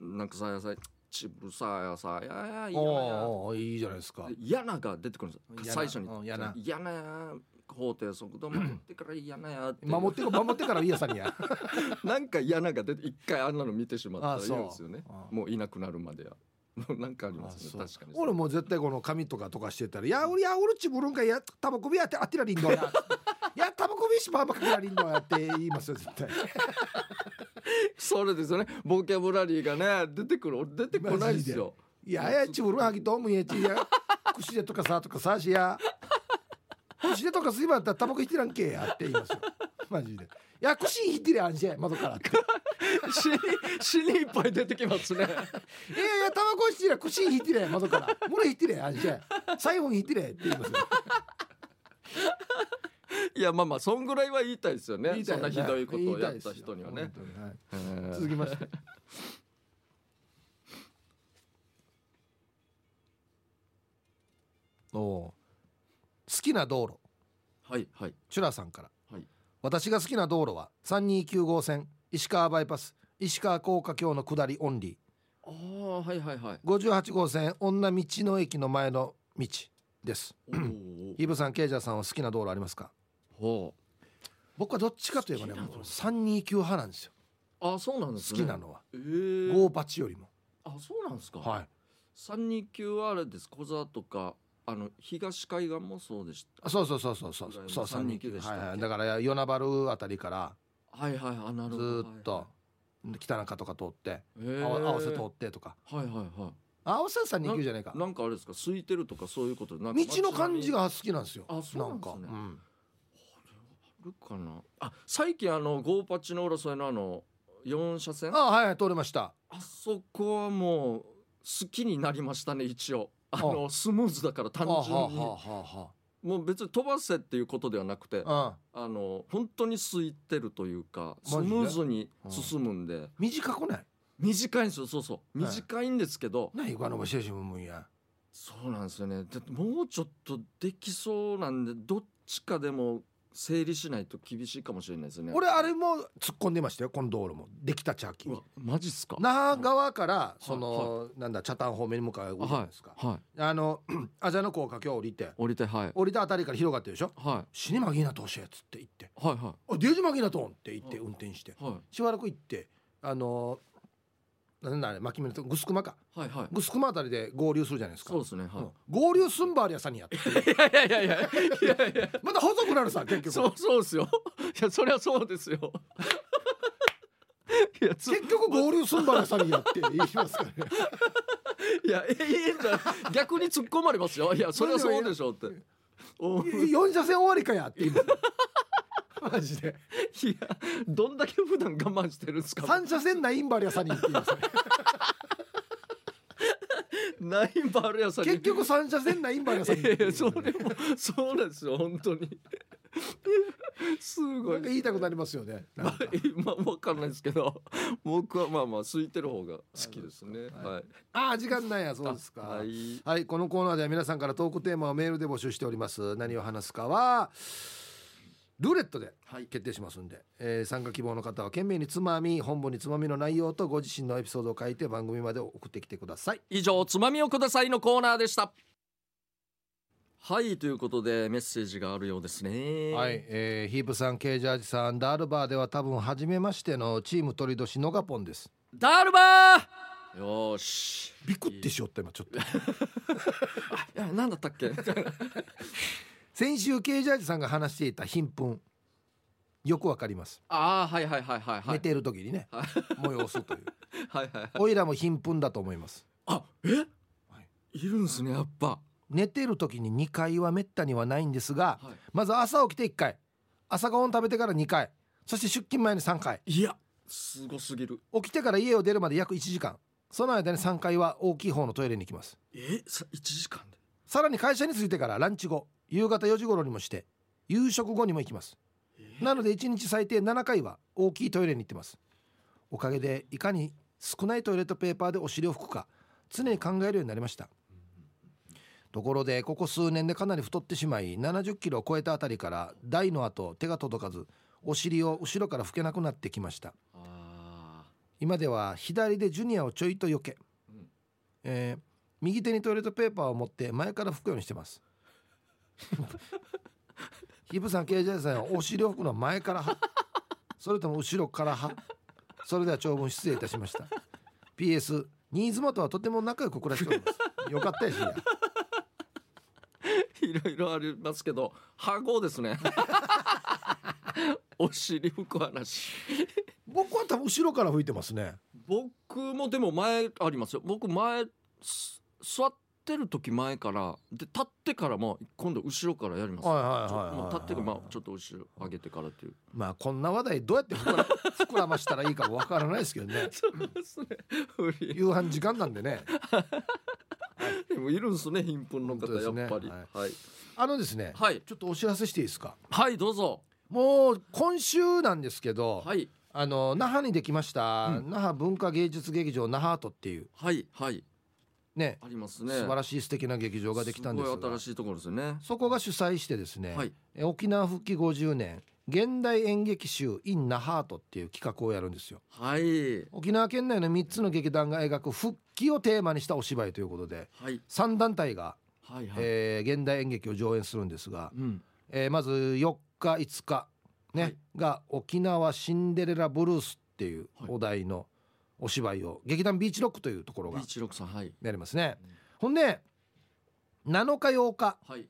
Speaker 2: うん、
Speaker 1: なんかさやさちぶるさやさややいや
Speaker 2: お
Speaker 1: や
Speaker 2: うおういいじゃないですか。
Speaker 1: で嫌なが出てくるんです
Speaker 2: 嫌な
Speaker 1: よ最初に
Speaker 2: うん嫌な
Speaker 1: 嫌なや法廷速度守ってから嫌なやっていう
Speaker 2: 守ってこ守ってからいいやさんにや。
Speaker 1: <laughs> なんか嫌なが出て一回あんなの見て <laughs> しまった
Speaker 2: あ
Speaker 1: ら
Speaker 2: そう
Speaker 1: 言うんですよね
Speaker 2: あ
Speaker 1: もういなくなるまでやもうなんかありま
Speaker 2: あ
Speaker 1: す
Speaker 2: そう
Speaker 1: ね確かに
Speaker 2: 俺もう絶対この紙とかとかしてたら「いや俺いや俺ちぶるんかいやタバコビやってあってらりんのや」いやタバコビしばばかけらりんのや」って言いますよ絶対。
Speaker 1: それですよねボキャブラリーがね出てくる俺出てこないですよ
Speaker 2: いやいやちぶるはぎとむやちや串でとかさとかさしや串でとかすいばったらタバコ引いてらんけやって言いますよマジでいや串引いてりゃあんしゃい窓からって
Speaker 1: 死に死にいっぱい出てきます
Speaker 2: <laughs>
Speaker 1: ね
Speaker 2: いやいやタバコ引いてりゃ串引いてりゃ窓から物引いてりゃあんしゃいサイフォン引いてりゃって言いますよ
Speaker 1: いやまあまあそんぐらいは言いたいですよね
Speaker 2: 言いた
Speaker 1: そ
Speaker 2: い
Speaker 1: ん
Speaker 2: よ
Speaker 1: なひど
Speaker 2: ね
Speaker 1: いことを
Speaker 2: 言
Speaker 1: や
Speaker 2: た
Speaker 1: っ
Speaker 2: です
Speaker 1: た
Speaker 2: よ
Speaker 1: 人にはね
Speaker 2: 本当にはい
Speaker 1: えー
Speaker 2: 続きましてお <laughs> おー好きな道路
Speaker 1: はいはい
Speaker 2: チュラさんから、
Speaker 1: はい
Speaker 2: 私が好きな道路は329号線石川バイパス石川高架橋の下りオンリ
Speaker 1: ああはいはいはい
Speaker 2: ー58号線女道の駅の前の道です
Speaker 1: おー
Speaker 2: イブさんケイジャーさんは好きな道路ありますか
Speaker 1: ほう
Speaker 2: 僕はどっちかといえばね
Speaker 1: 好きな道
Speaker 2: も
Speaker 1: 路
Speaker 2: う329派なんですよ
Speaker 1: あーそうなんで
Speaker 2: 好
Speaker 1: す
Speaker 2: き
Speaker 1: ね
Speaker 2: なのは
Speaker 1: えー
Speaker 2: ゴーパチよりも
Speaker 1: あそうなんですか、
Speaker 2: はい
Speaker 1: 三二九はあれです小座とかあの東海岸もそうでした
Speaker 2: あそうそうそうそうそうそう
Speaker 1: ぐらいの329
Speaker 2: 329
Speaker 1: で
Speaker 2: で
Speaker 1: し
Speaker 2: した
Speaker 1: っけ
Speaker 2: はいはい、だから与那原あたりから
Speaker 1: はいはいあなるほど
Speaker 2: ずーっと北中とか通って
Speaker 1: はいはい
Speaker 2: あわ合わせ
Speaker 1: へ
Speaker 2: 通
Speaker 1: ー
Speaker 2: ってとか
Speaker 1: はいはいは
Speaker 2: あ合わせは329じゃないか
Speaker 1: いなんかあれですか空いてるとかそういうことでなん
Speaker 2: 道
Speaker 1: か
Speaker 2: の感じが好きなんですよ。
Speaker 1: あそうなんですね
Speaker 2: か、うん
Speaker 1: るかなあ最近あのゴーパチの争いのあの4車線あ
Speaker 2: あはい通れました
Speaker 1: そこはもう好きになりましたね一応あのスムーズだから単
Speaker 2: は
Speaker 1: 純に
Speaker 2: はは
Speaker 1: もう別に飛ばせっていうことではなくて
Speaker 2: はは、うん、
Speaker 1: あの本当に空いてるというかス
Speaker 2: マジで
Speaker 1: ムーズに進むんで、
Speaker 2: 短くない
Speaker 1: 短いんですよそうそう
Speaker 2: はい
Speaker 1: 短いんですけど、
Speaker 2: ないかのばしやしもんや
Speaker 1: そうなんですよねだってもうちょっとできそうなんでどっちかでも整理しないと厳しいかもしれないですね
Speaker 2: 俺あれも突っ込んでましたよこの道路もできたチャーキ
Speaker 1: う
Speaker 2: ー
Speaker 1: わマジっすか
Speaker 2: 那覇側からその、なんだ茶炭方面に向かうじゃないですか、
Speaker 1: はい
Speaker 2: あの <clears throat> アジャの高架橋降りて
Speaker 1: 降りてはい
Speaker 2: 降りたあたりから広がってるでしょ
Speaker 1: は
Speaker 2: 死にマギーナ通しやつって言って
Speaker 1: いはいは
Speaker 2: 「あデュージマギーナ通ん」って言って運転して
Speaker 1: いは
Speaker 2: しばらく行ってあのなんだあれ巻き目のとこグスクマか
Speaker 1: いはいはい
Speaker 2: グスクマあたりで合流するじゃないですか
Speaker 1: そうですね
Speaker 2: う
Speaker 1: は
Speaker 2: ん合流すんばありゃさにやって
Speaker 1: <laughs> いいやいやいやいやいやいや
Speaker 2: また細くなるさ結
Speaker 1: そ
Speaker 2: 局
Speaker 1: うそうですよいやそりゃそうです
Speaker 2: <laughs>
Speaker 1: よいやつ
Speaker 2: 結局合流すんばありゃさにやって言
Speaker 1: <laughs>
Speaker 2: いますからね
Speaker 1: いや永遠じゃん逆に突っ込まれますよいやそりゃそうでしょうっておい
Speaker 2: 4車線終わりかやって言い
Speaker 1: <laughs>
Speaker 2: ますマジで
Speaker 1: やどんだけ普段我慢してるんですか
Speaker 2: 3車線ないんばありゃさにって言います
Speaker 1: <laughs>
Speaker 2: ね
Speaker 1: ナインバル屋さんに
Speaker 2: 結局3車線ないんばありゃさにって
Speaker 1: いやい
Speaker 2: 言い
Speaker 1: や
Speaker 2: ま
Speaker 1: <laughs>
Speaker 2: す
Speaker 1: そ
Speaker 2: ね
Speaker 1: れもそうなんですよ本当にすご
Speaker 2: ないんか言いたくなりますよねなん
Speaker 1: ま
Speaker 2: か
Speaker 1: あ今わかんないですけど僕はまあまあ空いてる方が好きですね
Speaker 2: あそうですか
Speaker 1: はい
Speaker 2: ああ時間ないやそうですか
Speaker 1: はい
Speaker 2: はい、このコーナーでは皆さんからトークテーマをメールで募集しております。何を話すかは、ルーレットで決定しますんで、えー参加希望の方は懸命につまみ、本文につまみの内容とご自身のエピソードを書いて番組まで送ってきてください。
Speaker 1: 以上つまみをくださいのコーナーでしたはいということでメッセージがあるようですね
Speaker 2: はい、えーヒープさん、ケージャージさん、ダールバーでは多分初めましてのチーム鳥年のガポンです。
Speaker 1: ダールバーよーし
Speaker 2: ビクってしよった今ちょっと。
Speaker 1: いや何だったっけ
Speaker 2: <laughs> 先週ケージャージさんが話していた貧困、よくわかります。
Speaker 1: <laughs> ああはいはいはいはいは
Speaker 2: 寝
Speaker 1: い
Speaker 2: ている時にね、催すという。
Speaker 1: はいはいはい
Speaker 2: おいらも貧困だと思います。
Speaker 1: あえ、い、るんですねやっぱ
Speaker 2: 寝てる時に2回はめったにはないんですが、
Speaker 1: はい
Speaker 2: まず朝起きて1回朝ごはん食べてから2回そして出勤前に3回
Speaker 1: いやすごすぎる
Speaker 2: 起きてから家を出るまで約1時間その間に3回は大きい方のトイレに行きます
Speaker 1: えさ1時間で
Speaker 2: さらに会社に着いてからランチ後夕方4時頃にもして夕食後にも行きますなので1日最低7回は大きいトイレに行ってますおかげでいかに少ないトイレットペーパーでお尻を拭くか常に考えるようになりましたところでここ数年でかなり太ってしまい7 0キロを超えたあたりから台の後手が届かずお尻を後ろから拭けなくなってきました
Speaker 1: あ
Speaker 2: 今では左でジュニアをちょいと避け、
Speaker 1: うん
Speaker 2: えー右手にトイレットペーパーを持って前から拭くようにしてますヒブさんケイジャーさんはお尻を拭くのは前から派それとも後ろから派それでは長文失礼いたしました PS 新妻とはとても仲良く暮らしておりますよかったやしや
Speaker 1: ーいろいろありますけどハゴです <laughs> ねお尻拭く話
Speaker 2: 僕は多分後ろから拭いてますね
Speaker 1: 僕もでも前ありますよ僕前す座ってる時前からで立ってからも今度後ろからやります、
Speaker 2: はいはい
Speaker 1: ちょ
Speaker 2: はいはい
Speaker 1: もう立ってからまあちょっと後ろ上げてからっていう
Speaker 2: まあこんな話題どうやって膨ら膨らましたらいいかもわからないですけどね
Speaker 1: <laughs> そうですね不利
Speaker 2: 夕飯時間なんでね
Speaker 1: でもいるんですね貧困の
Speaker 2: 本当
Speaker 1: 方
Speaker 2: です
Speaker 1: や
Speaker 2: ね
Speaker 1: っぱり
Speaker 2: はい
Speaker 1: はい
Speaker 2: あのですね、
Speaker 1: はい、
Speaker 2: ちょっとお知らせしていいですか
Speaker 1: はい、どうぞ
Speaker 2: もう今週なんですけど、
Speaker 1: はい
Speaker 2: あの那覇にできました、那覇文化芸術劇場那覇アートっていう
Speaker 1: はいはい
Speaker 2: ね
Speaker 1: ありますね
Speaker 2: 素晴
Speaker 1: し
Speaker 2: らしい素敵な劇場ができたんです
Speaker 1: す
Speaker 2: が
Speaker 1: ごい新しいところですよね
Speaker 2: そこが主催してですね、
Speaker 1: はい
Speaker 2: え沖縄復帰50年現代演劇集 in 那覇アートっていう企画をやるんですよ
Speaker 1: はい
Speaker 2: 沖縄県内の3つの劇団が描く復帰をテーマにしたお芝居ということで
Speaker 1: はい
Speaker 2: 3団体が、
Speaker 1: はいはい、
Speaker 2: えー現代演劇を上演するんですが、
Speaker 1: うん
Speaker 2: えーまず4日5日、ね
Speaker 1: はい
Speaker 2: が「沖縄シンデレラブルース」っていう
Speaker 1: はい
Speaker 2: お題のお芝居を劇団ビーチロックというところが
Speaker 1: ビーチロックさんはい
Speaker 2: やりますね
Speaker 1: うん。
Speaker 2: ほんで7日8日、
Speaker 1: はい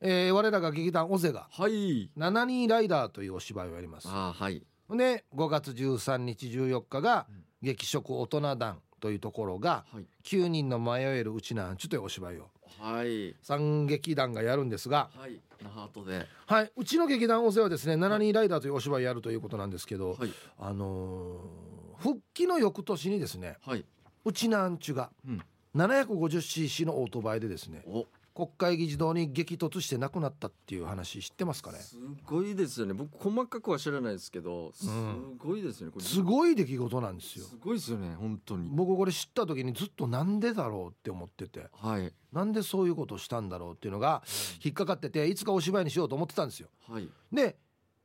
Speaker 2: えー我らが劇団オゼが
Speaker 1: はい
Speaker 2: 「7人ライダー」というお芝居をやります。
Speaker 1: あーはい
Speaker 2: ほんで5月13日14日が
Speaker 1: うん
Speaker 2: 「劇食大人団」というところが
Speaker 1: はい
Speaker 2: 9人の迷えるうちなんちゅというお芝居を
Speaker 1: あはい
Speaker 2: 三劇団がやるんですが、
Speaker 1: はい那覇とで
Speaker 2: はい、うちの劇団大勢はですね「七人ライダー」というお芝居やるということなんですけど、
Speaker 1: はい
Speaker 2: あのー復帰の翌年にですね
Speaker 1: はいう
Speaker 2: ちなんちゅが
Speaker 1: うん
Speaker 2: 750cc のオートバイでですね
Speaker 1: お
Speaker 2: 国会議事堂に激突して亡くなったっていう話知ってますかね
Speaker 1: すごいですよね僕細かくは知らないですけどすごいですねこれ
Speaker 2: すごい出来事なんですよ
Speaker 1: すごいですよね本当に
Speaker 2: 僕これ知った時にずっとなんでだろうって思ってて
Speaker 1: はい
Speaker 2: なんでそういうことしたんだろうっていうのが引っかかってていつかお芝居にしようと思ってたんですよ
Speaker 1: はい
Speaker 2: で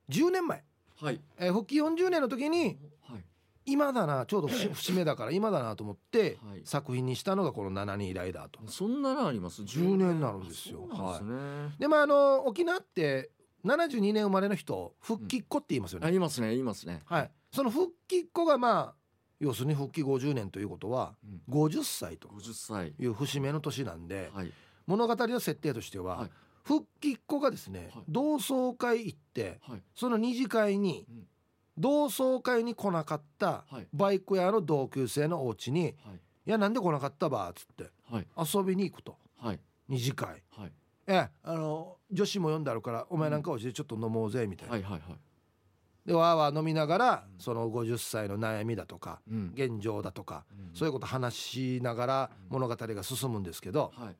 Speaker 2: 10年前、
Speaker 1: はい
Speaker 2: えー復帰40年の時に
Speaker 1: はい
Speaker 2: 今だなちょうど節節目だから今だなと思って
Speaker 1: はい
Speaker 2: 作品にしたのがこの「7人ライダーと」
Speaker 1: そんなのあります
Speaker 2: 10年なんですよ
Speaker 1: あそうなんですね
Speaker 2: でまああの沖縄って72年生まれの人復帰っ子って言いますよね、
Speaker 1: ありますね言いますね
Speaker 2: はい、その復帰っ子がまあ要するに復帰50年ということは
Speaker 1: うん
Speaker 2: 50歳と
Speaker 1: 50歳
Speaker 2: いう節目の年なんで、
Speaker 1: はい
Speaker 2: 物語の設定としては、
Speaker 1: はい
Speaker 2: 復帰っ子がですね、
Speaker 1: はい
Speaker 2: 同窓会行って
Speaker 1: はい
Speaker 2: その二次会に
Speaker 1: うん
Speaker 2: 同窓会に来なかった
Speaker 1: はい
Speaker 2: バイク屋の同級生のお家に
Speaker 1: はい
Speaker 2: 「いやなんで来なかったば」っつって
Speaker 1: はい
Speaker 2: 遊びに行くと
Speaker 1: はい
Speaker 2: 二次会
Speaker 1: はい
Speaker 2: 「ええあの女子も呼んであるからお前なんかうちでちょっと飲もうぜ」みたいな、
Speaker 1: はいはいはい
Speaker 2: でわーわー飲みながら
Speaker 1: うん
Speaker 2: その50歳の悩みだとか
Speaker 1: うん
Speaker 2: 現状だとか
Speaker 1: うん
Speaker 2: そういうこと話しながら
Speaker 1: うん
Speaker 2: 物語が進むんですけど
Speaker 1: はい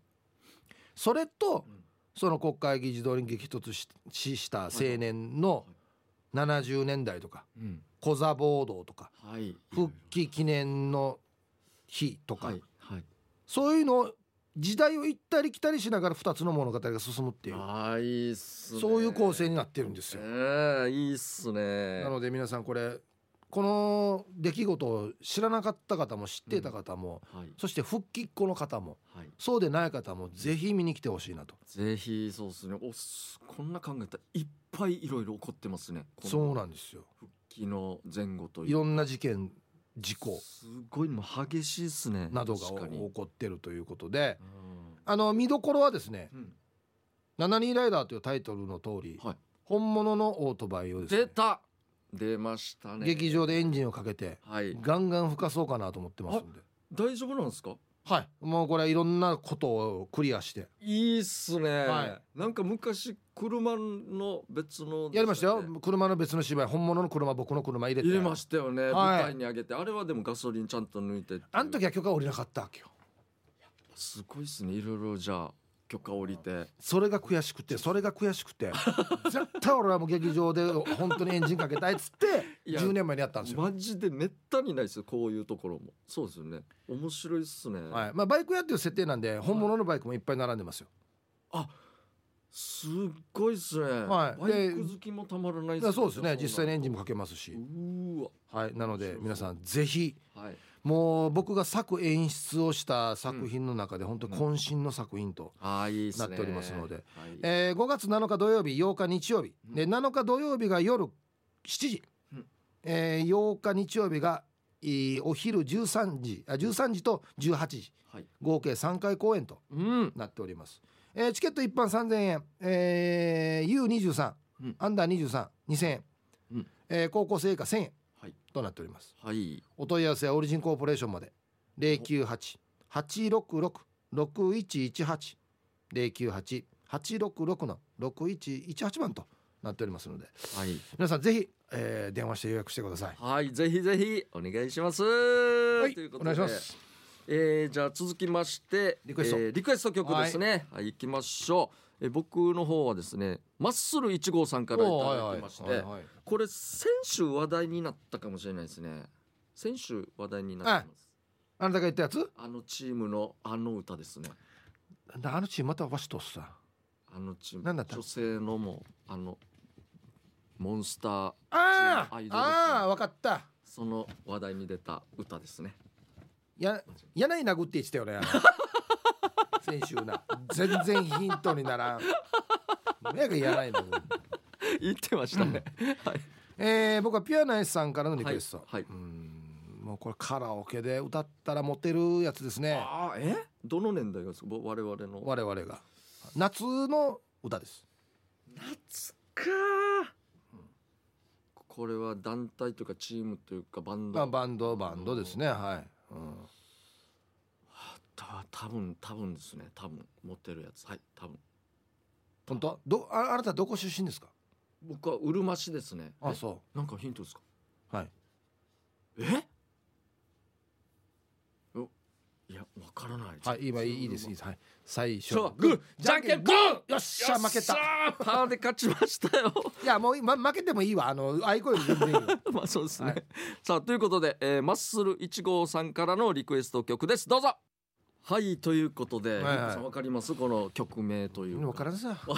Speaker 2: それと
Speaker 1: うん
Speaker 2: その国会議事堂に激突ししした青年の70年代とか
Speaker 1: うん
Speaker 2: 小座暴動とか
Speaker 1: はい
Speaker 2: 復帰記念の日とか
Speaker 1: はいはい
Speaker 2: そういうのを時代を行ったり来たりしながら2つの物語が進むっていう
Speaker 1: あーいいっすね
Speaker 2: そういう構成になってるんですよ
Speaker 1: え。ーいいっすね
Speaker 2: なので皆さんこれこの出来事を知らなかった方も知っていた方も、
Speaker 1: はい
Speaker 2: そして復帰っ子の方も
Speaker 1: はい
Speaker 2: そうでない方もぜひ見に来てほしいなと
Speaker 1: ぜひそうですねおすこんな考えたらいっぱいいろいろ起こってますねこの
Speaker 2: そうなんですよ
Speaker 1: 復帰の前後という
Speaker 2: いろんな事件事故
Speaker 1: すごいもう激しいっすね
Speaker 2: などが
Speaker 1: 確かに
Speaker 2: 起こってるということで
Speaker 1: うん
Speaker 2: あの見どころはですね
Speaker 1: うん
Speaker 2: 「7人ライダー」というタイトルの通り、
Speaker 1: はい
Speaker 2: 本物のオートバイをです
Speaker 1: 出
Speaker 2: ね
Speaker 1: た出ましたね
Speaker 2: 劇場でエンジンをかけて
Speaker 1: はい
Speaker 2: ガンガン吹かそうかなと思ってますんで
Speaker 1: 大丈夫なんですか
Speaker 2: はいもうこれはいろんなことをクリアして
Speaker 1: いいっすね、
Speaker 2: は
Speaker 1: なんか昔車の別の
Speaker 2: やりましたよ
Speaker 1: で
Speaker 2: 車の別の芝居本物の車僕の車入れて
Speaker 1: 入れましたよね、
Speaker 2: はい
Speaker 1: 舞台に上げてあれはでもガソリンちゃんと抜いてっていう
Speaker 2: あの時は許可下りなかったわけよ
Speaker 1: すごいっすねいろいろじゃあ許可降りて
Speaker 2: それが悔しくてそれが悔しく <laughs> て絶対俺はもう劇場で本当にエンジンかけたいっつって
Speaker 1: いや
Speaker 2: 10年前にやったんですよ、
Speaker 1: マジでめったにないですよこういうところもそうですよね面白いっすね、
Speaker 2: はいまあ、バイク屋っていう設定なんで本物のバイクもいっぱい並んでますよ
Speaker 1: すっごいっすね、
Speaker 2: はい
Speaker 1: バイ
Speaker 2: で
Speaker 1: ク好きもたまらないっ
Speaker 2: だからそうですね
Speaker 1: じゃ
Speaker 2: 実
Speaker 1: あ
Speaker 2: 際にエンジンも
Speaker 1: う
Speaker 2: かけますし、
Speaker 1: ーわ
Speaker 2: はい、なので皆さんぜひ
Speaker 1: はい
Speaker 2: もう僕が作演出をした作品の中で本当渾身の作品と、
Speaker 1: ああいいっすね
Speaker 2: なっておりますので
Speaker 1: はい
Speaker 2: えー5月7日土曜日8日日曜日
Speaker 1: うん
Speaker 2: で7日土曜日が夜7時、
Speaker 1: うん
Speaker 2: えー8日日曜日がえーお昼13時あ13時と18時
Speaker 1: はい
Speaker 2: 合計3回公演と
Speaker 1: うん
Speaker 2: なっております、えーチケット一般3000円、えー U23、
Speaker 1: うん
Speaker 2: アンダー232000円、
Speaker 1: うん
Speaker 2: えー高校生以下1000円
Speaker 1: はい
Speaker 2: となっております
Speaker 1: はい
Speaker 2: お問い合わせはオリジンコーポレーションまで098-866-6118 098-866の6118番となっておりますので
Speaker 1: はい
Speaker 2: 皆さんぜひ、えー電話して予約してください。
Speaker 1: はいぜひぜひお願いします、
Speaker 2: はい
Speaker 1: というこ
Speaker 2: お
Speaker 1: とで
Speaker 2: 願いします。
Speaker 1: えー、じゃあ続きまして
Speaker 2: リクエスト
Speaker 1: えーリクエスト曲ですねはい、い、行きましょう、えー僕の方はですねマッスル1号さんからいただいてまして、
Speaker 2: おーはいはいはいはい
Speaker 1: これ先週話題になったかもしれないですね先週話題になってます
Speaker 2: あなたが言ったやつ？
Speaker 1: あのチームのあの歌ですね
Speaker 2: なんだあのチームまたわしとっさ。
Speaker 1: あのチーム
Speaker 2: なんだった
Speaker 1: 女性のもうあのモンスター
Speaker 2: あ
Speaker 1: アイドルで
Speaker 2: ー
Speaker 1: すね
Speaker 2: あーわかった。
Speaker 1: その話題に出た歌ですね
Speaker 2: や柳殴って言ってたよね。
Speaker 1: <laughs>
Speaker 2: 先週な全然ヒントにならん。目が柳殴る。
Speaker 1: 言ってましたね、はい
Speaker 2: えー、僕はピュアナイスさんからのリクエスト、
Speaker 1: はいはいう
Speaker 2: ーんもうこれカラオケで歌ったらモテるやつですね
Speaker 1: ああえどの年代がですかぼ我々の
Speaker 2: 我々が夏の歌です
Speaker 1: 夏かこれは団体というかチームというかバンド
Speaker 2: まあバンドバンドですねはい、うん、
Speaker 1: た多分多分ですね多分持ってるやつはい多分
Speaker 2: 本当どああなたどこ出身ですか
Speaker 1: 僕はうるま市ですね
Speaker 2: あ
Speaker 1: え
Speaker 2: そ
Speaker 1: なんかヒントですか
Speaker 2: うはい
Speaker 1: えおいやわからない
Speaker 2: はい今いいですいいですはい最初
Speaker 1: そうグーじゃんけんポンよ
Speaker 2: よっしゃ負けた
Speaker 1: ーパーで勝ちました
Speaker 2: <laughs>
Speaker 1: よ
Speaker 2: いやもう、ま、負けてもいいわあのあいこより
Speaker 1: <laughs>
Speaker 2: 全然いいよ
Speaker 1: まあそうですね、
Speaker 2: はい
Speaker 1: さあということで、えーマッスル1号さんからのリクエスト曲ですどうぞはいということで、
Speaker 2: はいはい
Speaker 1: 皆さんわかりますこの曲名という
Speaker 2: 分から
Speaker 1: <laughs>
Speaker 2: んさポ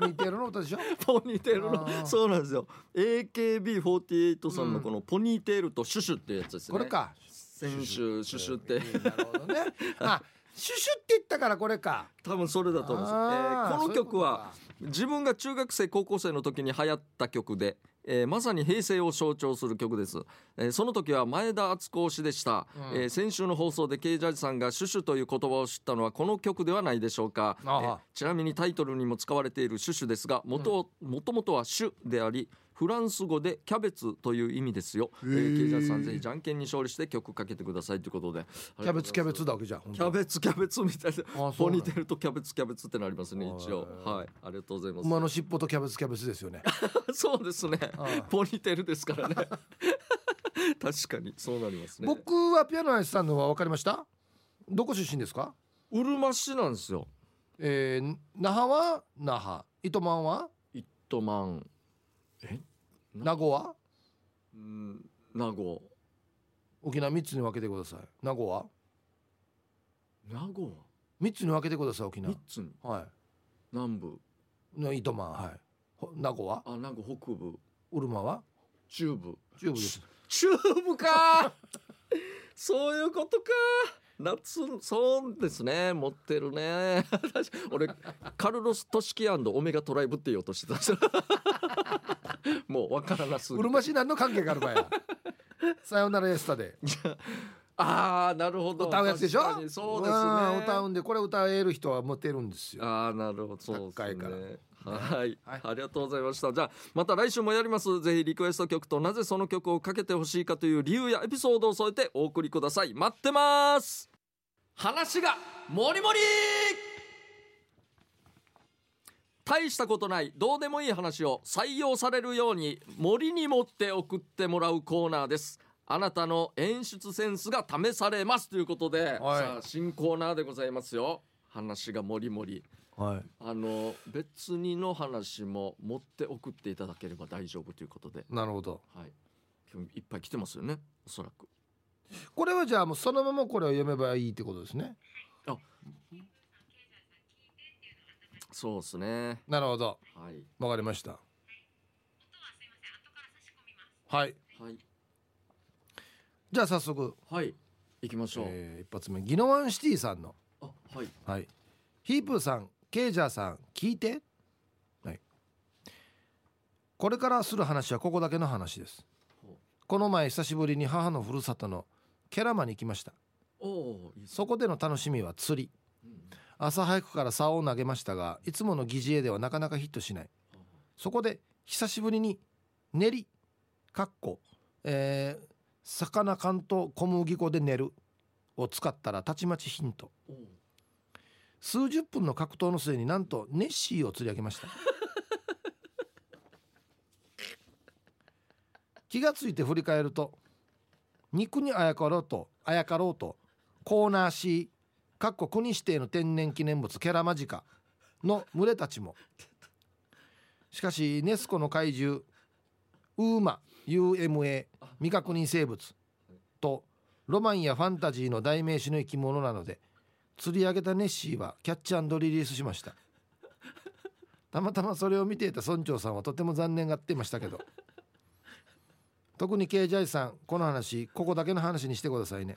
Speaker 2: ニーテールの歌でしょ
Speaker 1: ポニーテール
Speaker 2: あー
Speaker 1: のそうなんですよ AKB48 さんのこのポニーテールとシュシュってやつですね
Speaker 2: これか
Speaker 1: 先週シュシュって
Speaker 2: なるほどねあシュシュって言ったからこれか
Speaker 1: 多分それだと思うんですよ、
Speaker 2: あー
Speaker 1: えーこの曲は
Speaker 2: そういうこ
Speaker 1: 自分が中学生高校生の時に流行った曲で、えーまさに平成を象徴する曲です、えーその時は前田敦子推しでした、
Speaker 2: うん
Speaker 1: えー先週の放送で K ジャージさんが「シュシュ」という言葉を知ったのはこの曲ではないでしょうか、え
Speaker 2: ああ
Speaker 1: ーちなみにタイトルにも使われている「シュシュ」ですがもともとは「シュ」でありフランス語でキャベツという意味ですよ、え
Speaker 2: へ
Speaker 1: ー、
Speaker 2: え
Speaker 1: K ジャージさんぜひじゃんけんに勝利して曲かけてくださいということで
Speaker 2: とかキャベツキャベ
Speaker 1: ツ
Speaker 2: ツだわけじゃん本
Speaker 1: キ
Speaker 2: 当
Speaker 1: ャベツキャベツみたいな
Speaker 2: あそう
Speaker 1: ポ
Speaker 2: なん
Speaker 1: ニ
Speaker 2: だ
Speaker 1: ーテールとキャベツキャベツってなりますね一応
Speaker 2: はい
Speaker 1: はいありがとうございます
Speaker 2: 馬の尻尾とキャベツキャベツですよね
Speaker 1: そうですね
Speaker 2: うん。
Speaker 1: ポニーテールですからね。 <laughs> 確かにそうなりますね。
Speaker 2: 僕はピアノアイスさんのは分かりましたどこ出身ですか
Speaker 1: うるま市なんですよ。
Speaker 2: えー、那覇は那覇糸満は
Speaker 1: イットマン、
Speaker 2: 名護は
Speaker 1: うん名護、
Speaker 2: 沖縄三つに分けてください名護は
Speaker 1: 名護
Speaker 2: 三つに分けてください沖
Speaker 1: は
Speaker 2: 縄
Speaker 1: 三つに
Speaker 2: は
Speaker 1: 南部、
Speaker 2: いの糸満はいほ名護は
Speaker 1: あ名護北部、
Speaker 2: うるまは
Speaker 1: 中部、
Speaker 2: 中
Speaker 1: <laughs>
Speaker 2: 部です
Speaker 1: 中部か。そういうことか。夏そうですね持ってるね確か俺カルロス・トシキオメガトライブって言おうとしてた <laughs> もうわからなすぎ
Speaker 2: う
Speaker 1: て
Speaker 2: るま市何の関係がある
Speaker 1: <laughs>
Speaker 2: かやさよならエスタで
Speaker 1: ああなるほど
Speaker 2: 歌うやつでしょ
Speaker 1: 確かにそうですね
Speaker 2: ん歌うんでこれ歌える人はモテるんですよ
Speaker 1: ああなるほどそうで
Speaker 2: 高
Speaker 1: す
Speaker 2: い
Speaker 1: ね
Speaker 2: から
Speaker 1: はい、
Speaker 2: はい
Speaker 1: ありがとうございましたじゃあまた来週もやりますぜひリクエスト曲となぜその曲をかけてほしいかという理由やエピソードを添えてお送りください待ってます話がもりもり大したことないどうでもいい話を採用されるように森に持って送ってもらうコーナーですあなたの演出センスが試されますということで、
Speaker 2: はい
Speaker 1: さあ新コーナーでございますよ話がもりもり
Speaker 2: はい
Speaker 1: あの別にの話も持って送っていただければ大丈夫ということで、
Speaker 2: なるほど
Speaker 1: はい、今日いっぱい来てますよねおそらく
Speaker 2: これはじゃあもうそのままこれを読めばいいってことですね
Speaker 1: そうですね
Speaker 2: なるほど
Speaker 1: はい
Speaker 2: わかりましたはい
Speaker 1: はい
Speaker 2: じゃあ早速、
Speaker 1: はい行きましょう、
Speaker 2: えー一発目ギノワンシティさんの
Speaker 1: あはい
Speaker 2: はいヒープーさんケイジャーさん聞いてはいこれからする話はここだけの話です
Speaker 1: ほう
Speaker 2: この前久しぶりに母のふるさとのケラマに行きました
Speaker 1: おおーいいっす
Speaker 2: そこでの楽しみは釣り
Speaker 1: うん
Speaker 2: 朝早くから竿を投げましたがいつもの疑似絵ではなかなかヒットしないそこで久しぶりに練りかっこ、えー魚缶と小麦粉で練るを使ったらたちまちヒント
Speaker 1: おー
Speaker 2: 数十分の格闘の末になんとネッシーを釣り上げました気がついて振り返ると肉にあやかろうとあやかろうとコーナー C かっこ国指定の天然記念物ケラマジカの群れたちもしかしネスコの怪獣ウーマ UMA 未確認生物とロマンやファンタジーの代名詞の生き物なので釣り上げたネッシーはキャッチリリースしましたたまたまそれを見ていた村長さんはとても残念がっていましたけど特に K ジャイさんこの話ここだけの話にしてくださいね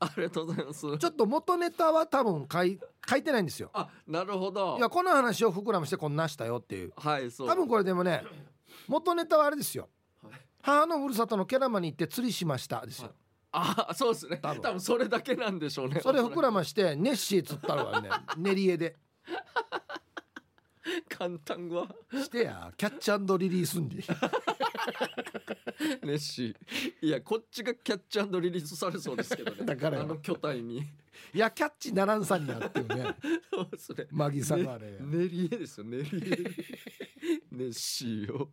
Speaker 1: ありがとうございます
Speaker 2: ちょっと元ネタは多分書い書いてないんですよ
Speaker 1: あなるほど
Speaker 2: いやこの話を膨らましてこんなんしたよっていう
Speaker 1: はいそう
Speaker 2: 多分これでもね元ネタはあれですよ
Speaker 1: はい
Speaker 2: 母のふるさとのケラマに行って釣りしましたですよ
Speaker 1: あそうですね
Speaker 2: 多
Speaker 1: 多
Speaker 2: 分
Speaker 1: 分それだけなんでしょうね
Speaker 2: それ膨ら
Speaker 1: む
Speaker 2: ましてネッシー釣ったのがね練り絵で
Speaker 1: 簡単は
Speaker 2: してやキャッチリリースんで
Speaker 1: ネッシーいやこっちがキャッチリリースされそうですけどね
Speaker 2: <laughs> だからよ
Speaker 1: あの巨体に <laughs>
Speaker 2: いやキャッチならんさんになってる <laughs> ね
Speaker 1: それ
Speaker 2: マギさんがあれ、
Speaker 1: 練り絵ですよ練り絵ネッシー <laughs> を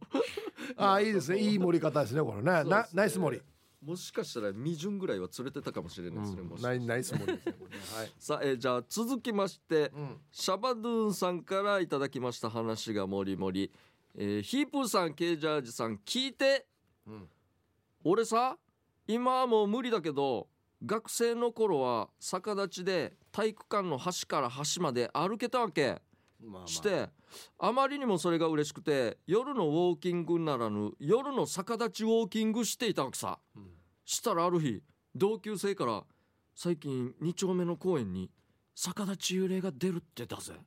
Speaker 2: ああいいですねいい盛り方ですねこれね
Speaker 1: そうで
Speaker 2: な
Speaker 1: すね
Speaker 2: ナイス盛り、
Speaker 1: もしかしたら未順ぐらいは連れてたかもしれないですね、もし
Speaker 2: ナイナイス盛りですねこれねはい
Speaker 1: さあ、えーじゃあ続きまして、
Speaker 2: うん
Speaker 1: シャバドゥーンさんからいただきました話がもりもり、えーヒープーさんケイジャージさん聞いて
Speaker 2: うん
Speaker 1: 俺さ今はもう無理だけど学生の頃は逆立ちで体育館の端から端まで歩けたわけ
Speaker 2: まあまあ
Speaker 1: してあまりにもそれが嬉しくて夜のウォーキングならぬ夜の逆立ちウォーキングしていたわけさ
Speaker 2: うん
Speaker 1: したらある日同級生から「最近2丁目の公園に逆立ち幽霊が出るってだぜ」っ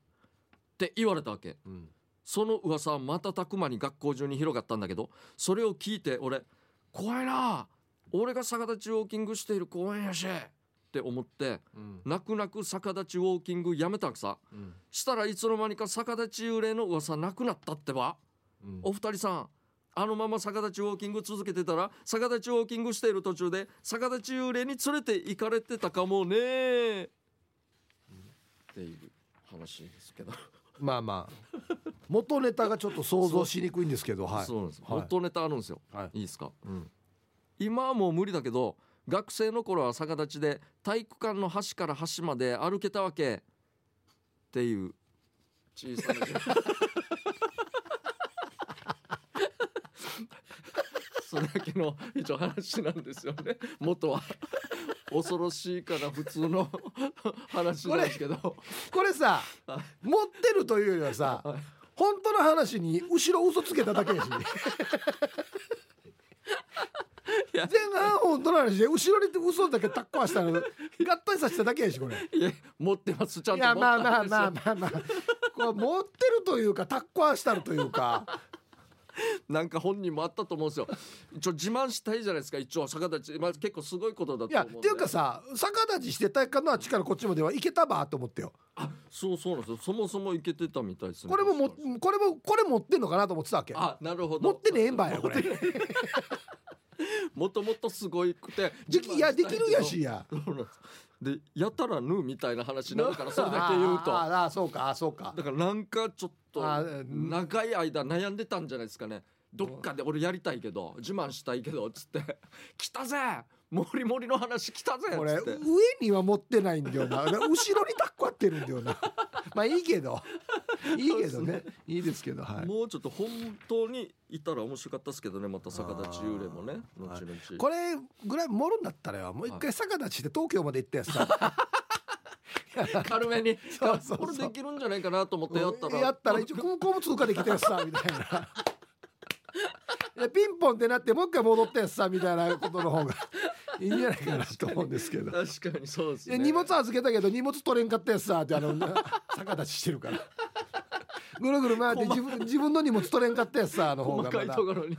Speaker 1: て言われたわけ
Speaker 2: うん
Speaker 1: その噂は瞬く間に学校中に広がったんだけどそれを聞いて俺「怖いな俺が逆立ちウォーキングしている公園やし」って思って
Speaker 2: うん
Speaker 1: 泣く泣く逆立ちウォーキングやめたわけさ
Speaker 2: うん
Speaker 1: したらいつの間にか逆立ち幽霊の噂なくなったってば
Speaker 2: うん
Speaker 1: お二人さんあのまま逆立ちウォーキング続けてたら逆立ちウォーキングしている途中で逆立ち幽霊に連れて行かれてたかもねっていう話ですけど、
Speaker 2: まあまあ元ネタがちょっと想像しにくいんですけどはい
Speaker 1: そうなんです、
Speaker 2: はい
Speaker 1: 元ネタあるんですよ
Speaker 2: は
Speaker 1: い
Speaker 2: い
Speaker 1: いですか
Speaker 2: うん
Speaker 1: 今はもう無理だけど学生の頃は逆立ちで体育館の端から端まで歩けたわけっていう小さなそれだけの一応話なんですよね元は恐ろしいから普通の話なんですけど
Speaker 2: これさ
Speaker 1: は
Speaker 2: 持ってるというよりはさ
Speaker 1: はい
Speaker 2: 本当の話に後ろ嘘つけただけやし
Speaker 1: いや
Speaker 2: 前半本当の話で後ろに嘘だけタッコはしたの合体させただけやしこれい
Speaker 1: いや持ってますちゃんと持
Speaker 2: や
Speaker 1: って
Speaker 2: まあまあまあ
Speaker 1: あ、
Speaker 2: まあまあこれ持ってるというかタッコはしたるというか
Speaker 1: なんか本人もあったと思うんですよ一応自慢したいじゃないですか一応逆立ち、まあ、結構すごいことだ
Speaker 2: い
Speaker 1: と
Speaker 2: や
Speaker 1: 思
Speaker 2: っ
Speaker 1: うんで
Speaker 2: ていうかさ逆立ちして体育館のあっちからこっちまではいけたばと思ってよ
Speaker 1: あそうそうなんですよそもそもいけてたみたいですね
Speaker 2: これももこれもこれ持ってんのかなと思ってたわけ
Speaker 1: あなるほど
Speaker 2: 持ってねえんばよこれ
Speaker 1: <laughs> もともとすごいくて
Speaker 2: できいやできるやしや
Speaker 1: そうなんですでやたらぬみたいな話になるからそれだけ言うと
Speaker 2: <laughs> あ
Speaker 1: だ
Speaker 2: ああそうかあそうか
Speaker 1: からなんかちょっと
Speaker 2: あうん
Speaker 1: 長い間悩んでたんじゃないですかねどっかで俺やりたいけど自慢したいけどつって <laughs> 「来たぜもりもりの話来たぜ」
Speaker 2: これ
Speaker 1: つ
Speaker 2: 上
Speaker 1: って
Speaker 2: には持ってないんだよな俺後ろにタっこやってるんだよな <laughs> まあいい
Speaker 1: <laughs>
Speaker 2: けどいいけどねいいですけどはい
Speaker 1: もうちょっと本当にいたら面白かったですけどねまた逆立ち幽霊もね
Speaker 2: あー
Speaker 1: 後々。
Speaker 2: これぐらい盛るんだったらよもう一回逆立ちして東京まで行ったやつさ
Speaker 1: 軽めに
Speaker 2: <laughs> そうそうそう
Speaker 1: これできるんじゃないかなと思ってやったら
Speaker 2: やったら一応空港も通過できたやつさみたいな。 <laughs> いやピンポンってなってもう一回戻ったやつさみたいなことの方がいいんじゃないかなと思うんですけど。
Speaker 1: 確かにそうです
Speaker 2: いや
Speaker 1: ね
Speaker 2: 荷物預けたけど荷物取れんかったやつさってあの <laughs> 逆立ちしてるからぐるぐる回って自分自分の荷物取れんかったやつさの
Speaker 1: <laughs>
Speaker 2: 方
Speaker 1: 細
Speaker 2: が
Speaker 1: か
Speaker 2: ま
Speaker 1: い
Speaker 2: だ
Speaker 1: ところに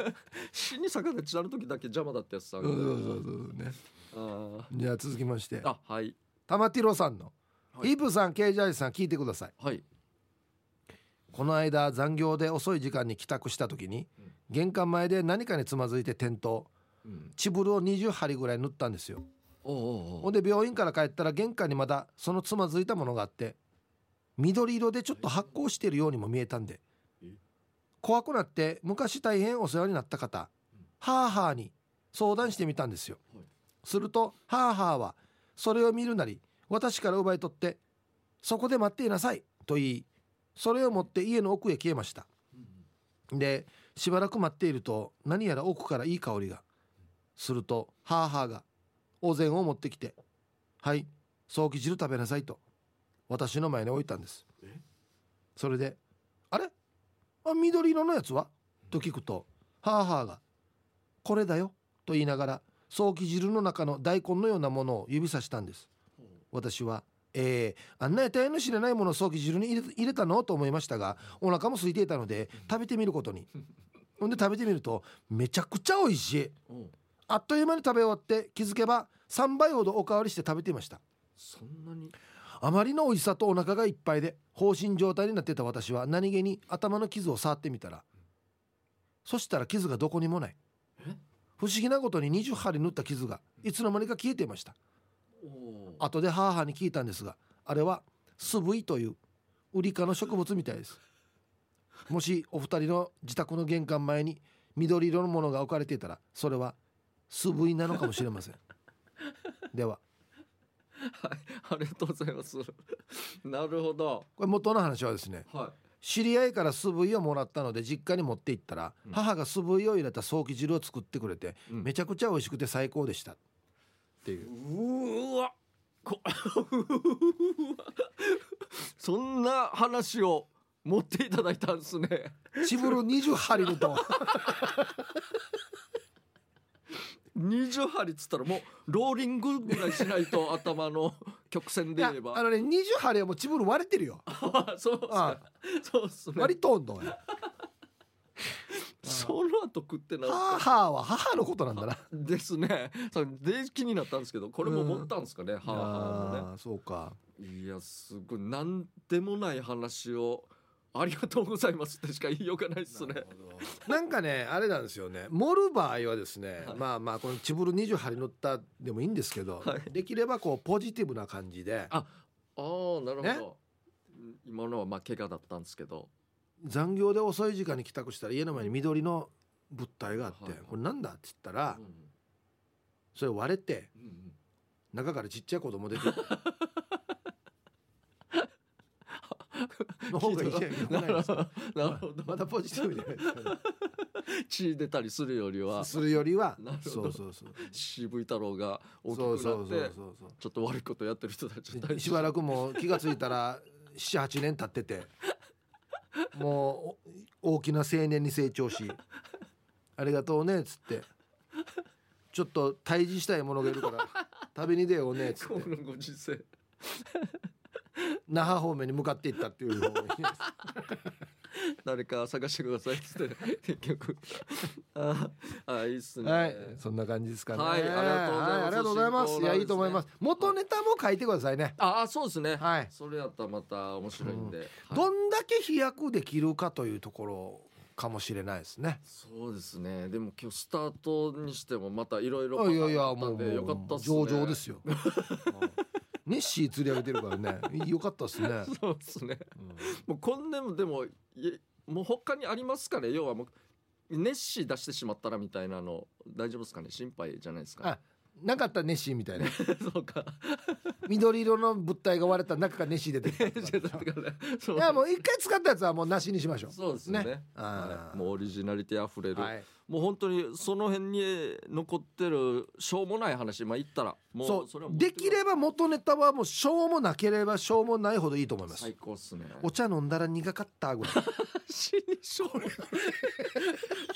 Speaker 1: <laughs> 死に逆立ちなる時だけ邪魔だったやつさん
Speaker 2: うんそうそうそうそうね
Speaker 1: あ
Speaker 2: じゃあ続きまして
Speaker 1: ーあはい
Speaker 2: 玉ティロさんの「
Speaker 1: はい
Speaker 2: イープさんケイジャージさん聞いてください」
Speaker 1: はい
Speaker 2: この間残業で遅い時間に帰宅した時に
Speaker 1: うん
Speaker 2: 玄関前で何かにつまずいて転倒
Speaker 1: うん
Speaker 2: チブルを20針ぐらい塗ったんですよ
Speaker 1: おうおう
Speaker 2: ほんで病院から帰ったら玄関にまだそのつまずいたものがあって緑色でちょっと発光しているようにも見えたんで
Speaker 1: え
Speaker 2: 怖くなって昔大変お世話になった方
Speaker 1: うん
Speaker 2: ハーハーに相談してみたんですよ
Speaker 1: はい
Speaker 2: するとハーハーはそれを見るなり私から奪い取って「そこで待っていなさい」と言いそれを持って家の奥へ消えましたでしばらく待っていると何やら奥からいい香りがするとハーハーがお膳を持ってきて「はい早期汁食べなさい」と私の前に置いたんです
Speaker 1: え
Speaker 2: それで「あれあ緑色のやつは?」と聞くとハーハーが「これだよ」と言いながら早期汁の中の大根のようなものを指さしたんです私は「えー、あんな得体の知れないものを早期汁に入れ入れたの?」と思いましたがお腹も空いていたので食べてみることにほんで食べてみるとめちゃくちゃ美味しい
Speaker 1: おう
Speaker 2: あっという間に食べ終わって気づけば3倍ほどおかわりして食べていました
Speaker 1: そんなに
Speaker 2: あまりの美味しさとお腹がいっぱいで放心状態になってた私は何気に頭の傷を触ってみたらそしたら傷がどこにもない
Speaker 1: え
Speaker 2: 不思議なことに20針縫った傷がいつの間にか消えていました
Speaker 1: お
Speaker 2: 後で母に聞いたんですがあれはスブイというウリ科の植物みたいですもしお二人の自宅の玄関前に緑色のものが置かれていたらそれはスブイなのかもしれません <laughs> では
Speaker 1: はい、 <laughs> ありがとうございます。 <laughs> なるほど。
Speaker 2: これ元の話はですね
Speaker 1: は
Speaker 2: 知り合いからスブイをもらったので実家に持って行ったら、
Speaker 1: うん
Speaker 2: 母がスブイを入れたソーキ汁を作ってくれて、
Speaker 1: うん。
Speaker 2: めちゃくちゃ美味しくて最高でしたっていうう
Speaker 1: うわ。こ <laughs> そんな話を持っていただいたんですね。
Speaker 2: 渋る20針のと
Speaker 1: 20針っつったらもうローリングぐらいしないと頭の曲線 <laughs>
Speaker 2: い
Speaker 1: で
Speaker 2: や
Speaker 1: 言え
Speaker 2: あ
Speaker 1: ば
Speaker 2: のね20針はもう渋る割れてるよ
Speaker 1: <laughs> そうっすね
Speaker 2: あ
Speaker 1: そうっすね
Speaker 2: 割とんどや
Speaker 1: その後食ってなかった
Speaker 2: 母は母のことな
Speaker 1: <laughs>
Speaker 2: んだな
Speaker 1: ですねそうで気になったんですけどこれも持ったんですかね、はあはあも
Speaker 2: あーそうか
Speaker 1: ねいやすごいなんでもない話をありがとうございますってしか言いようがないっすね
Speaker 2: <laughs> なんかねあれなんですよね盛る場合はですね、
Speaker 1: はい
Speaker 2: まあまあこのチブル20針乗ったでもいいんですけど、
Speaker 1: はい
Speaker 2: できればこうポジティブな感じで
Speaker 1: あああなるほど、
Speaker 2: ね
Speaker 1: 今のはまあ怪我だったんですけど
Speaker 2: 残業で遅い時間に帰宅したら家の前に緑の物体があって、
Speaker 1: はいはい
Speaker 2: これなんだって言ったら、
Speaker 1: うん
Speaker 2: それ割れて
Speaker 1: うんうん
Speaker 2: 中からちっちゃい子供出て
Speaker 1: <laughs>
Speaker 2: きたの方が <laughs> いいじゃんよくないですか
Speaker 1: <laughs> なるほど
Speaker 2: まだポジティブじゃないですか、
Speaker 1: 血出たりするより <laughs> は
Speaker 2: するよりは
Speaker 1: なるほど
Speaker 2: そうそうそう
Speaker 1: 渋い太郎が大きく
Speaker 2: そ
Speaker 1: なっ
Speaker 2: う
Speaker 1: て
Speaker 2: そうそうそうそう
Speaker 1: ちょっと悪いことやってる人たちに対して
Speaker 2: しばらくもう気がついたら78年経っててもうお大きな青年に成長し「ありがとうね」っつって「ちょっと退治したいものがい
Speaker 1: <laughs>
Speaker 2: るから旅に出ようね」っつっ
Speaker 1: こ
Speaker 2: て
Speaker 1: のご時世
Speaker 2: 那覇方面に向かっていったっていう方がいいです
Speaker 1: <laughs> 誰か探してくださいっつって
Speaker 2: <laughs>
Speaker 1: 結局あーあーいいっすね、
Speaker 2: はい、そんな感じですかね。
Speaker 1: はいありがとうございます
Speaker 2: はありがとうございます。
Speaker 1: 新コー
Speaker 2: い
Speaker 1: ナー
Speaker 2: や、いいと思います。元ネタも書いてくださいね。
Speaker 1: ああそうですね、
Speaker 2: はい
Speaker 1: それやったらまた面白いんで、はい
Speaker 2: どんだけ飛躍できるかというところかもしれないですね。
Speaker 1: そうですねでも今日スタートにしてもまたいろいろ
Speaker 2: あいやいや、
Speaker 1: パター
Speaker 2: も
Speaker 1: ンがあっ
Speaker 2: う、
Speaker 1: たんでよかったっすね
Speaker 2: 上々です <laughs> よ。ネッシー釣り上げてるからね、よかったです <laughs> ね。
Speaker 1: そうですねもう今年もでもいもう他にありますかね要はもうネッシー出してしまったらみたいなの大丈夫ですかね心配じゃないですか
Speaker 2: あ、なかったネッシーみたいな、
Speaker 1: <laughs> そう
Speaker 2: <laughs>
Speaker 1: か
Speaker 2: 緑色の物体が割れた中からネッシー出てきたとかで <laughs> しょ。
Speaker 1: そう
Speaker 2: いや、もう一回使ったやつはもうなしにしましょう。
Speaker 1: そうですね
Speaker 2: ね <laughs> あ
Speaker 1: はい、
Speaker 2: ー
Speaker 1: もうオリジナリティあふれる、
Speaker 2: はい。
Speaker 1: もう本当にその辺に残ってるしょうもない話まあ言ったらもう
Speaker 2: そう
Speaker 1: れは
Speaker 2: できれば元ネタはもうしょうもなければしょうもないほどいいと思います、
Speaker 1: 最高っすね
Speaker 2: お茶飲んだら苦かったぐらい <laughs>
Speaker 1: 死にしょ <laughs>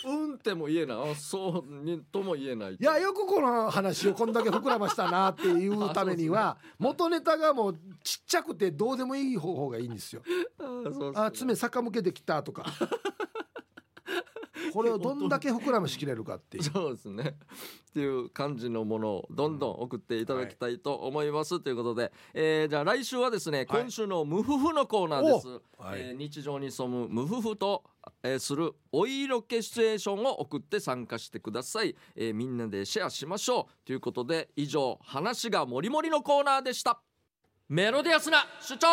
Speaker 1: ううんっても言えないあそうにとも言えない
Speaker 2: いやよくこの話をこんだけ膨らましたなっていうために <laughs> は、元ネタがもうちっちゃくてどうでもいい方法がいいんですよ
Speaker 1: あーそうっすね
Speaker 2: あ爪逆向けてきた
Speaker 1: <laughs>
Speaker 2: とかこれをどんだけ膨らましきれるかっていう
Speaker 1: そうですね。っていう感じのものをどんどん送っていただきたいと思います、ということで、えーじゃあ来週はですね、
Speaker 2: はい
Speaker 1: 今週の無夫婦のコーナーです、
Speaker 2: おはい
Speaker 1: えー日常に潜む無夫婦と、えーするお色気シチュエーションを送って参加してください、えーみんなでシェアしましょうということで以上話がもりもりのコーナーでしたメロディアスな主張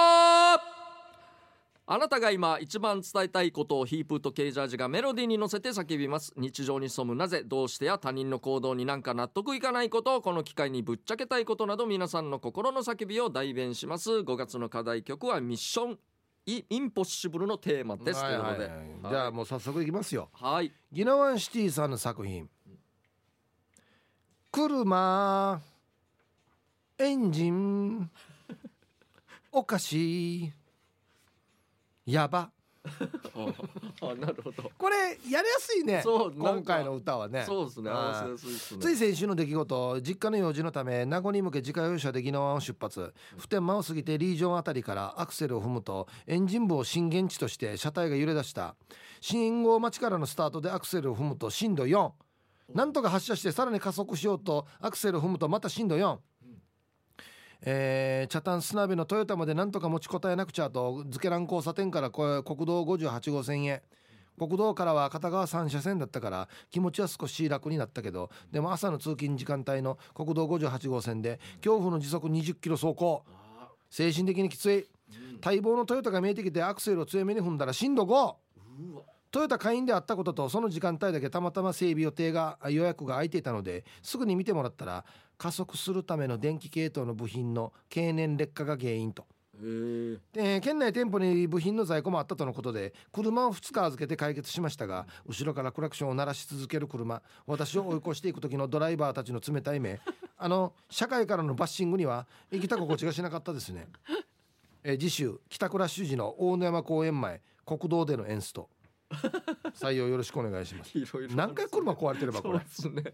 Speaker 1: あなたが今一番伝えたいことをヒープーとケイジャージがメロディーに乗せて叫びます日常に潜むなぜどうしてや他人の行動になんか納得いかないことをこの機会にぶっちゃけたいことなど皆さんの心の叫びを代弁します5月の課題曲はミッションイインポッシブルのテーマです、
Speaker 2: はいはい
Speaker 1: と
Speaker 2: はいいう
Speaker 1: ことで
Speaker 2: じゃあもう早速いきますよ
Speaker 1: はい
Speaker 2: ギノワンシティさんの作品「車エンジンお菓子やば
Speaker 1: あ
Speaker 2: <laughs>
Speaker 1: あなるほど」
Speaker 2: これやりやすいね
Speaker 1: そうなんか
Speaker 2: 今回の歌はね
Speaker 1: そうですね合わせ
Speaker 2: はい
Speaker 1: やすいですね
Speaker 2: つい先週の出来事実家の用事のため名護に向け自家用車で宜野湾を出発普天間を過ぎてリージョンあたりからアクセルを踏むとエンジン部を震源地として車体が揺れ出した信号待ちからのスタートでアクセルを踏むと震度4なんとか発車してさらに加速しようとアクセルを踏むとまた震度4えー、茶炭砂部のトヨタまでなんとか持ちこたえなくちゃとズケラン交差点からこえ国道58号線へ国道からは片側3車線だったから気持ちは少し楽になったけどでも朝の通勤時間帯の国道58号線で恐怖の時速20キロ走行
Speaker 1: あ
Speaker 2: 精神的にきつい
Speaker 1: ー
Speaker 2: 待望のトヨタが見えてきてアクセルを強めに踏んだら震度5
Speaker 1: うんうわ
Speaker 2: トヨタ会員であったこととその時間帯だけたまたま整備予定があ予約が空いていたのですぐに見てもらったら加速するための電気系統の部品の経年劣化が原因と
Speaker 1: へー
Speaker 2: えー県内店舗に部品の在庫もあったとのことで車を2日預けて解決しましたが後ろからクラクションを鳴らし続ける車私を追い越していく時のドライバーたちの冷たい目あの社会からのバッシングには生きた心地がしなかったですね、えー次週北倉主事の大野山公園前国道での演出と採用よろしくお願いします
Speaker 1: いろいろ
Speaker 2: 何回車壊れてればこ
Speaker 1: そう
Speaker 2: れ
Speaker 1: で
Speaker 2: はい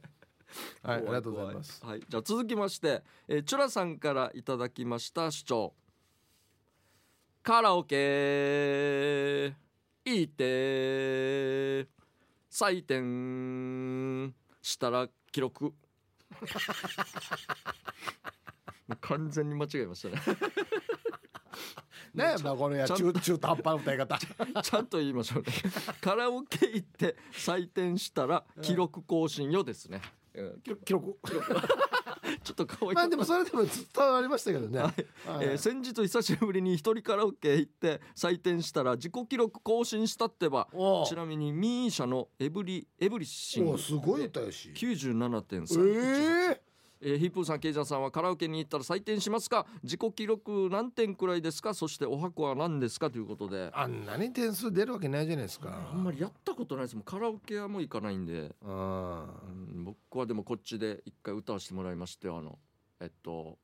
Speaker 1: すね
Speaker 2: ありがとうございます
Speaker 1: 怖い怖いはい、じゃあ続きまして、えー、チュラさんからいただきました主張カラオケいいて採点したら記録 <laughs> もう完全に間違えましたね
Speaker 2: <laughs> ねえまあこのや
Speaker 1: ちゃん
Speaker 2: 中中途半端な歌い方
Speaker 1: <laughs> ちゃんと言いましょうねカラオケ行って採点したら記録更新よですね、うん
Speaker 2: 記録記録
Speaker 1: <laughs> ちょっと可愛い
Speaker 2: まあでもそれでもずっとありましたけどね、
Speaker 1: はい
Speaker 2: はい
Speaker 1: えー先日久しぶりに一人カラオケ行って採点したら自己記録更新したってば
Speaker 2: おう
Speaker 1: ちなみにミーシャのエブリ「エブリシン
Speaker 2: お
Speaker 1: グ
Speaker 2: う」すごい歌やし
Speaker 1: 97.3、え
Speaker 2: ええ
Speaker 1: ーヒップーさんケイジャンさんはカラオケに行ったら採点しますか自己記録何点くらいですかそしてお箱は何ですかということで
Speaker 2: あんなに点数出るわけないじゃないですか。
Speaker 1: あんまりやったことないですもうカラオケはもう行かないんで、
Speaker 2: うん
Speaker 1: うん僕はでもこっちで一回歌わせてもらいましてあのえっと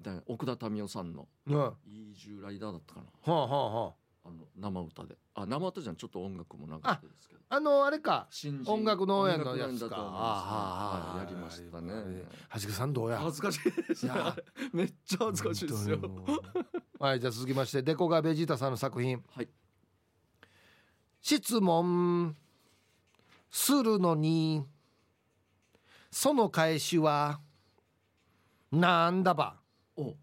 Speaker 1: だ奥田民生さんの
Speaker 2: うん。は
Speaker 1: 「イージューライダー」だったかな
Speaker 2: あ、はあは
Speaker 1: あの生歌であ生歌じゃんちょっと音楽もなかったですけど
Speaker 2: あ、あのあれか。
Speaker 1: 新人
Speaker 2: 音楽農園のや
Speaker 1: 音
Speaker 2: つ
Speaker 1: 楽
Speaker 2: か。
Speaker 1: 農園だと思いますはいやりましたね
Speaker 2: はじけさんどうや。
Speaker 1: 恥ずかしいですね
Speaker 2: いや
Speaker 1: <laughs> めっちゃ恥ずかしいですよ
Speaker 2: 本当にもうはい、じゃあ続きましてデコがベジータさんの作品。
Speaker 1: はい
Speaker 2: 質問するのにその返しはなんだば。
Speaker 1: お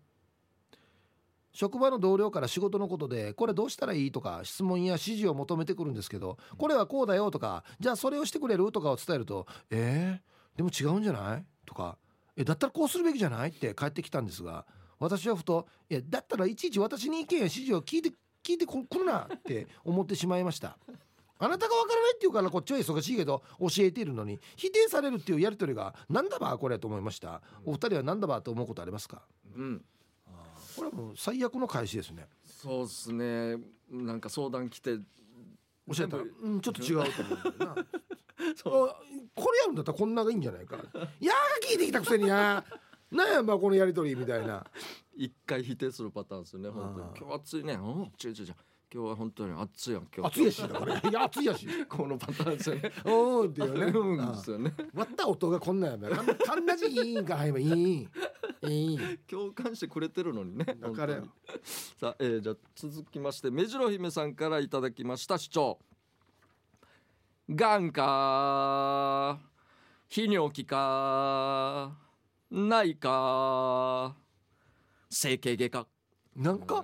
Speaker 2: 職場の同僚から仕事のことでこれどうしたらいいとか質問や指示を求めてくるんですけどこれはこうだよとかじゃあそれをしてくれるとかを伝えるとえー、でも違うんじゃないとかえだったらこうするべきじゃないって返ってきたんですが私はふといやだったらいちいち私に意見や指示を聞いて聞いてこ来るなって思ってしまいましたあなたがわからないっていうからこっちは忙しいけど教えているのに否定されるっていうやり取りがなんだばこれと思いましたお二人はなんだばと思うことありますか
Speaker 1: うん
Speaker 2: これはもう最悪の返しですね
Speaker 1: そうですねなんか相談来て
Speaker 2: 教えたら、
Speaker 1: 全部
Speaker 2: うん、ちょっと違うと思うんだよ
Speaker 1: <laughs>
Speaker 2: なあこれやるんだったらこんながいいんじゃないかいやー聞いてきたくせにやなんやまあこのやりとりみたいな
Speaker 1: 一回否定するパターンですよね本当に
Speaker 2: あー
Speaker 1: 今日暑いねうん違う違う違う今日は本当に暑いやん今日
Speaker 2: 暑いやしだからいや暑いやし
Speaker 1: このパターンですよね
Speaker 2: <laughs> おーっていう
Speaker 1: <laughs> うん
Speaker 2: ねあ
Speaker 1: ですよね
Speaker 2: 割った音がこんなんやなかんなじいいんかはい今いいいい
Speaker 1: 共感してくれてるのにね
Speaker 2: だからよ
Speaker 1: 本当に <laughs> さあ、えーじゃあ続きまして目白姫さんからいただきました主張眼か泌尿器かないか整形外科
Speaker 2: なんか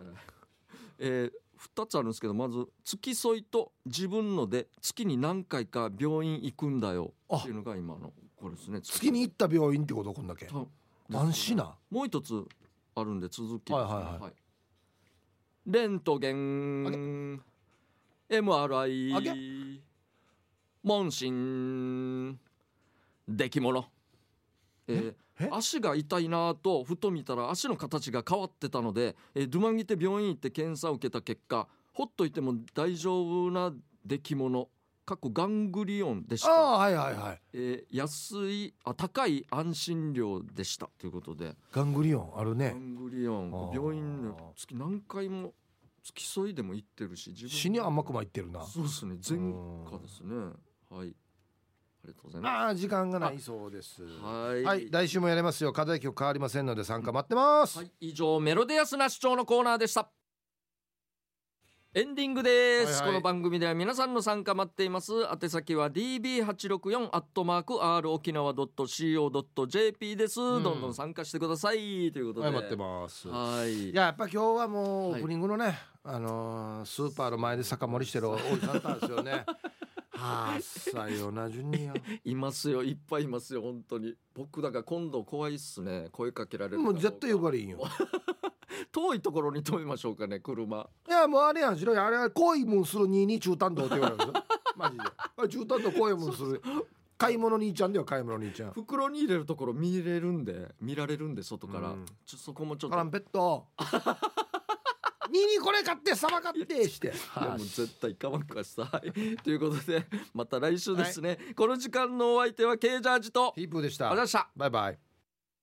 Speaker 1: えー2つあるんですけどまず付き添いと自分ので月に何回か病院行くんだよ
Speaker 2: あ
Speaker 1: っていうのが今のこれですね
Speaker 2: 月に行った病院ってことこんだけ
Speaker 1: 多分
Speaker 2: 安心な
Speaker 1: もう一つあるんで続きますね、
Speaker 2: はいはいはい
Speaker 1: レントゲ
Speaker 2: あげ
Speaker 1: ン
Speaker 2: あげ
Speaker 1: MRI 問診出来物えー
Speaker 2: ええ
Speaker 1: 足が痛いなぁとふと見たら足の形が変わってたので、えー、ドゥマンギて病院行って検査を受けた結果ほっといても大丈夫な出来物過去ガングリオンでし
Speaker 2: あ
Speaker 1: た、
Speaker 2: あはいはいはい
Speaker 1: えー安いあ高い安心料でしたということで
Speaker 2: ガングリオンある
Speaker 1: ガ
Speaker 2: ね
Speaker 1: ングリオン
Speaker 2: あー
Speaker 1: 病院の月何回も付き添いでも行ってるし自
Speaker 2: 死に甘くまいってるな
Speaker 1: そうですね前科ですねはいありがとうございま
Speaker 2: ああ時間がないそうです
Speaker 1: すはい
Speaker 2: はい、来週もやりますよ。課題曲変わりませんので参加待ってます。
Speaker 1: はい以上メロディアスな主張のコーナーでしたエンディングです、
Speaker 2: はいは
Speaker 1: この
Speaker 2: い
Speaker 1: 番組では皆さんの参加待っています宛先は db864 アットマーク r 沖縄 .co.jp です、
Speaker 2: ん
Speaker 1: どんどん参加してくださいということで、
Speaker 2: はい待ってます
Speaker 1: はい
Speaker 2: いややっぱ今日はもうオ
Speaker 1: はい
Speaker 2: ープニングのね、あのースーパーの前で酒盛りし
Speaker 1: <laughs>
Speaker 2: てるおじさんたんですよねはあさよなじゅによ
Speaker 1: <laughs> いますよいっぱいいますよ本当に僕だから今度怖いっすね声かけられるかど
Speaker 2: も
Speaker 1: う
Speaker 2: う
Speaker 1: か
Speaker 2: 絶対呼ばれんよ
Speaker 1: 遠いところに止めましょうかね車
Speaker 2: いやもうあれやんしろよあれは恋もんするにに中担当って言われるんですよマジであれ中担当恋もんする買い物兄ちゃんだよ買い物兄ちゃん
Speaker 1: 袋に入れるところ見れるんで見られるんで外から、
Speaker 2: うん
Speaker 1: ちょそこもちょっ
Speaker 2: ト
Speaker 1: と
Speaker 2: ランペ
Speaker 1: <laughs>
Speaker 2: ットににこれ買ってさば買ってして
Speaker 1: いやもう絶対かまんかさい <laughs> ということでまた来週ですね、この時間のお相手はケージャージとありがとう
Speaker 2: ヒープーでし
Speaker 1: ご
Speaker 2: た
Speaker 1: ざいました
Speaker 2: バイバイ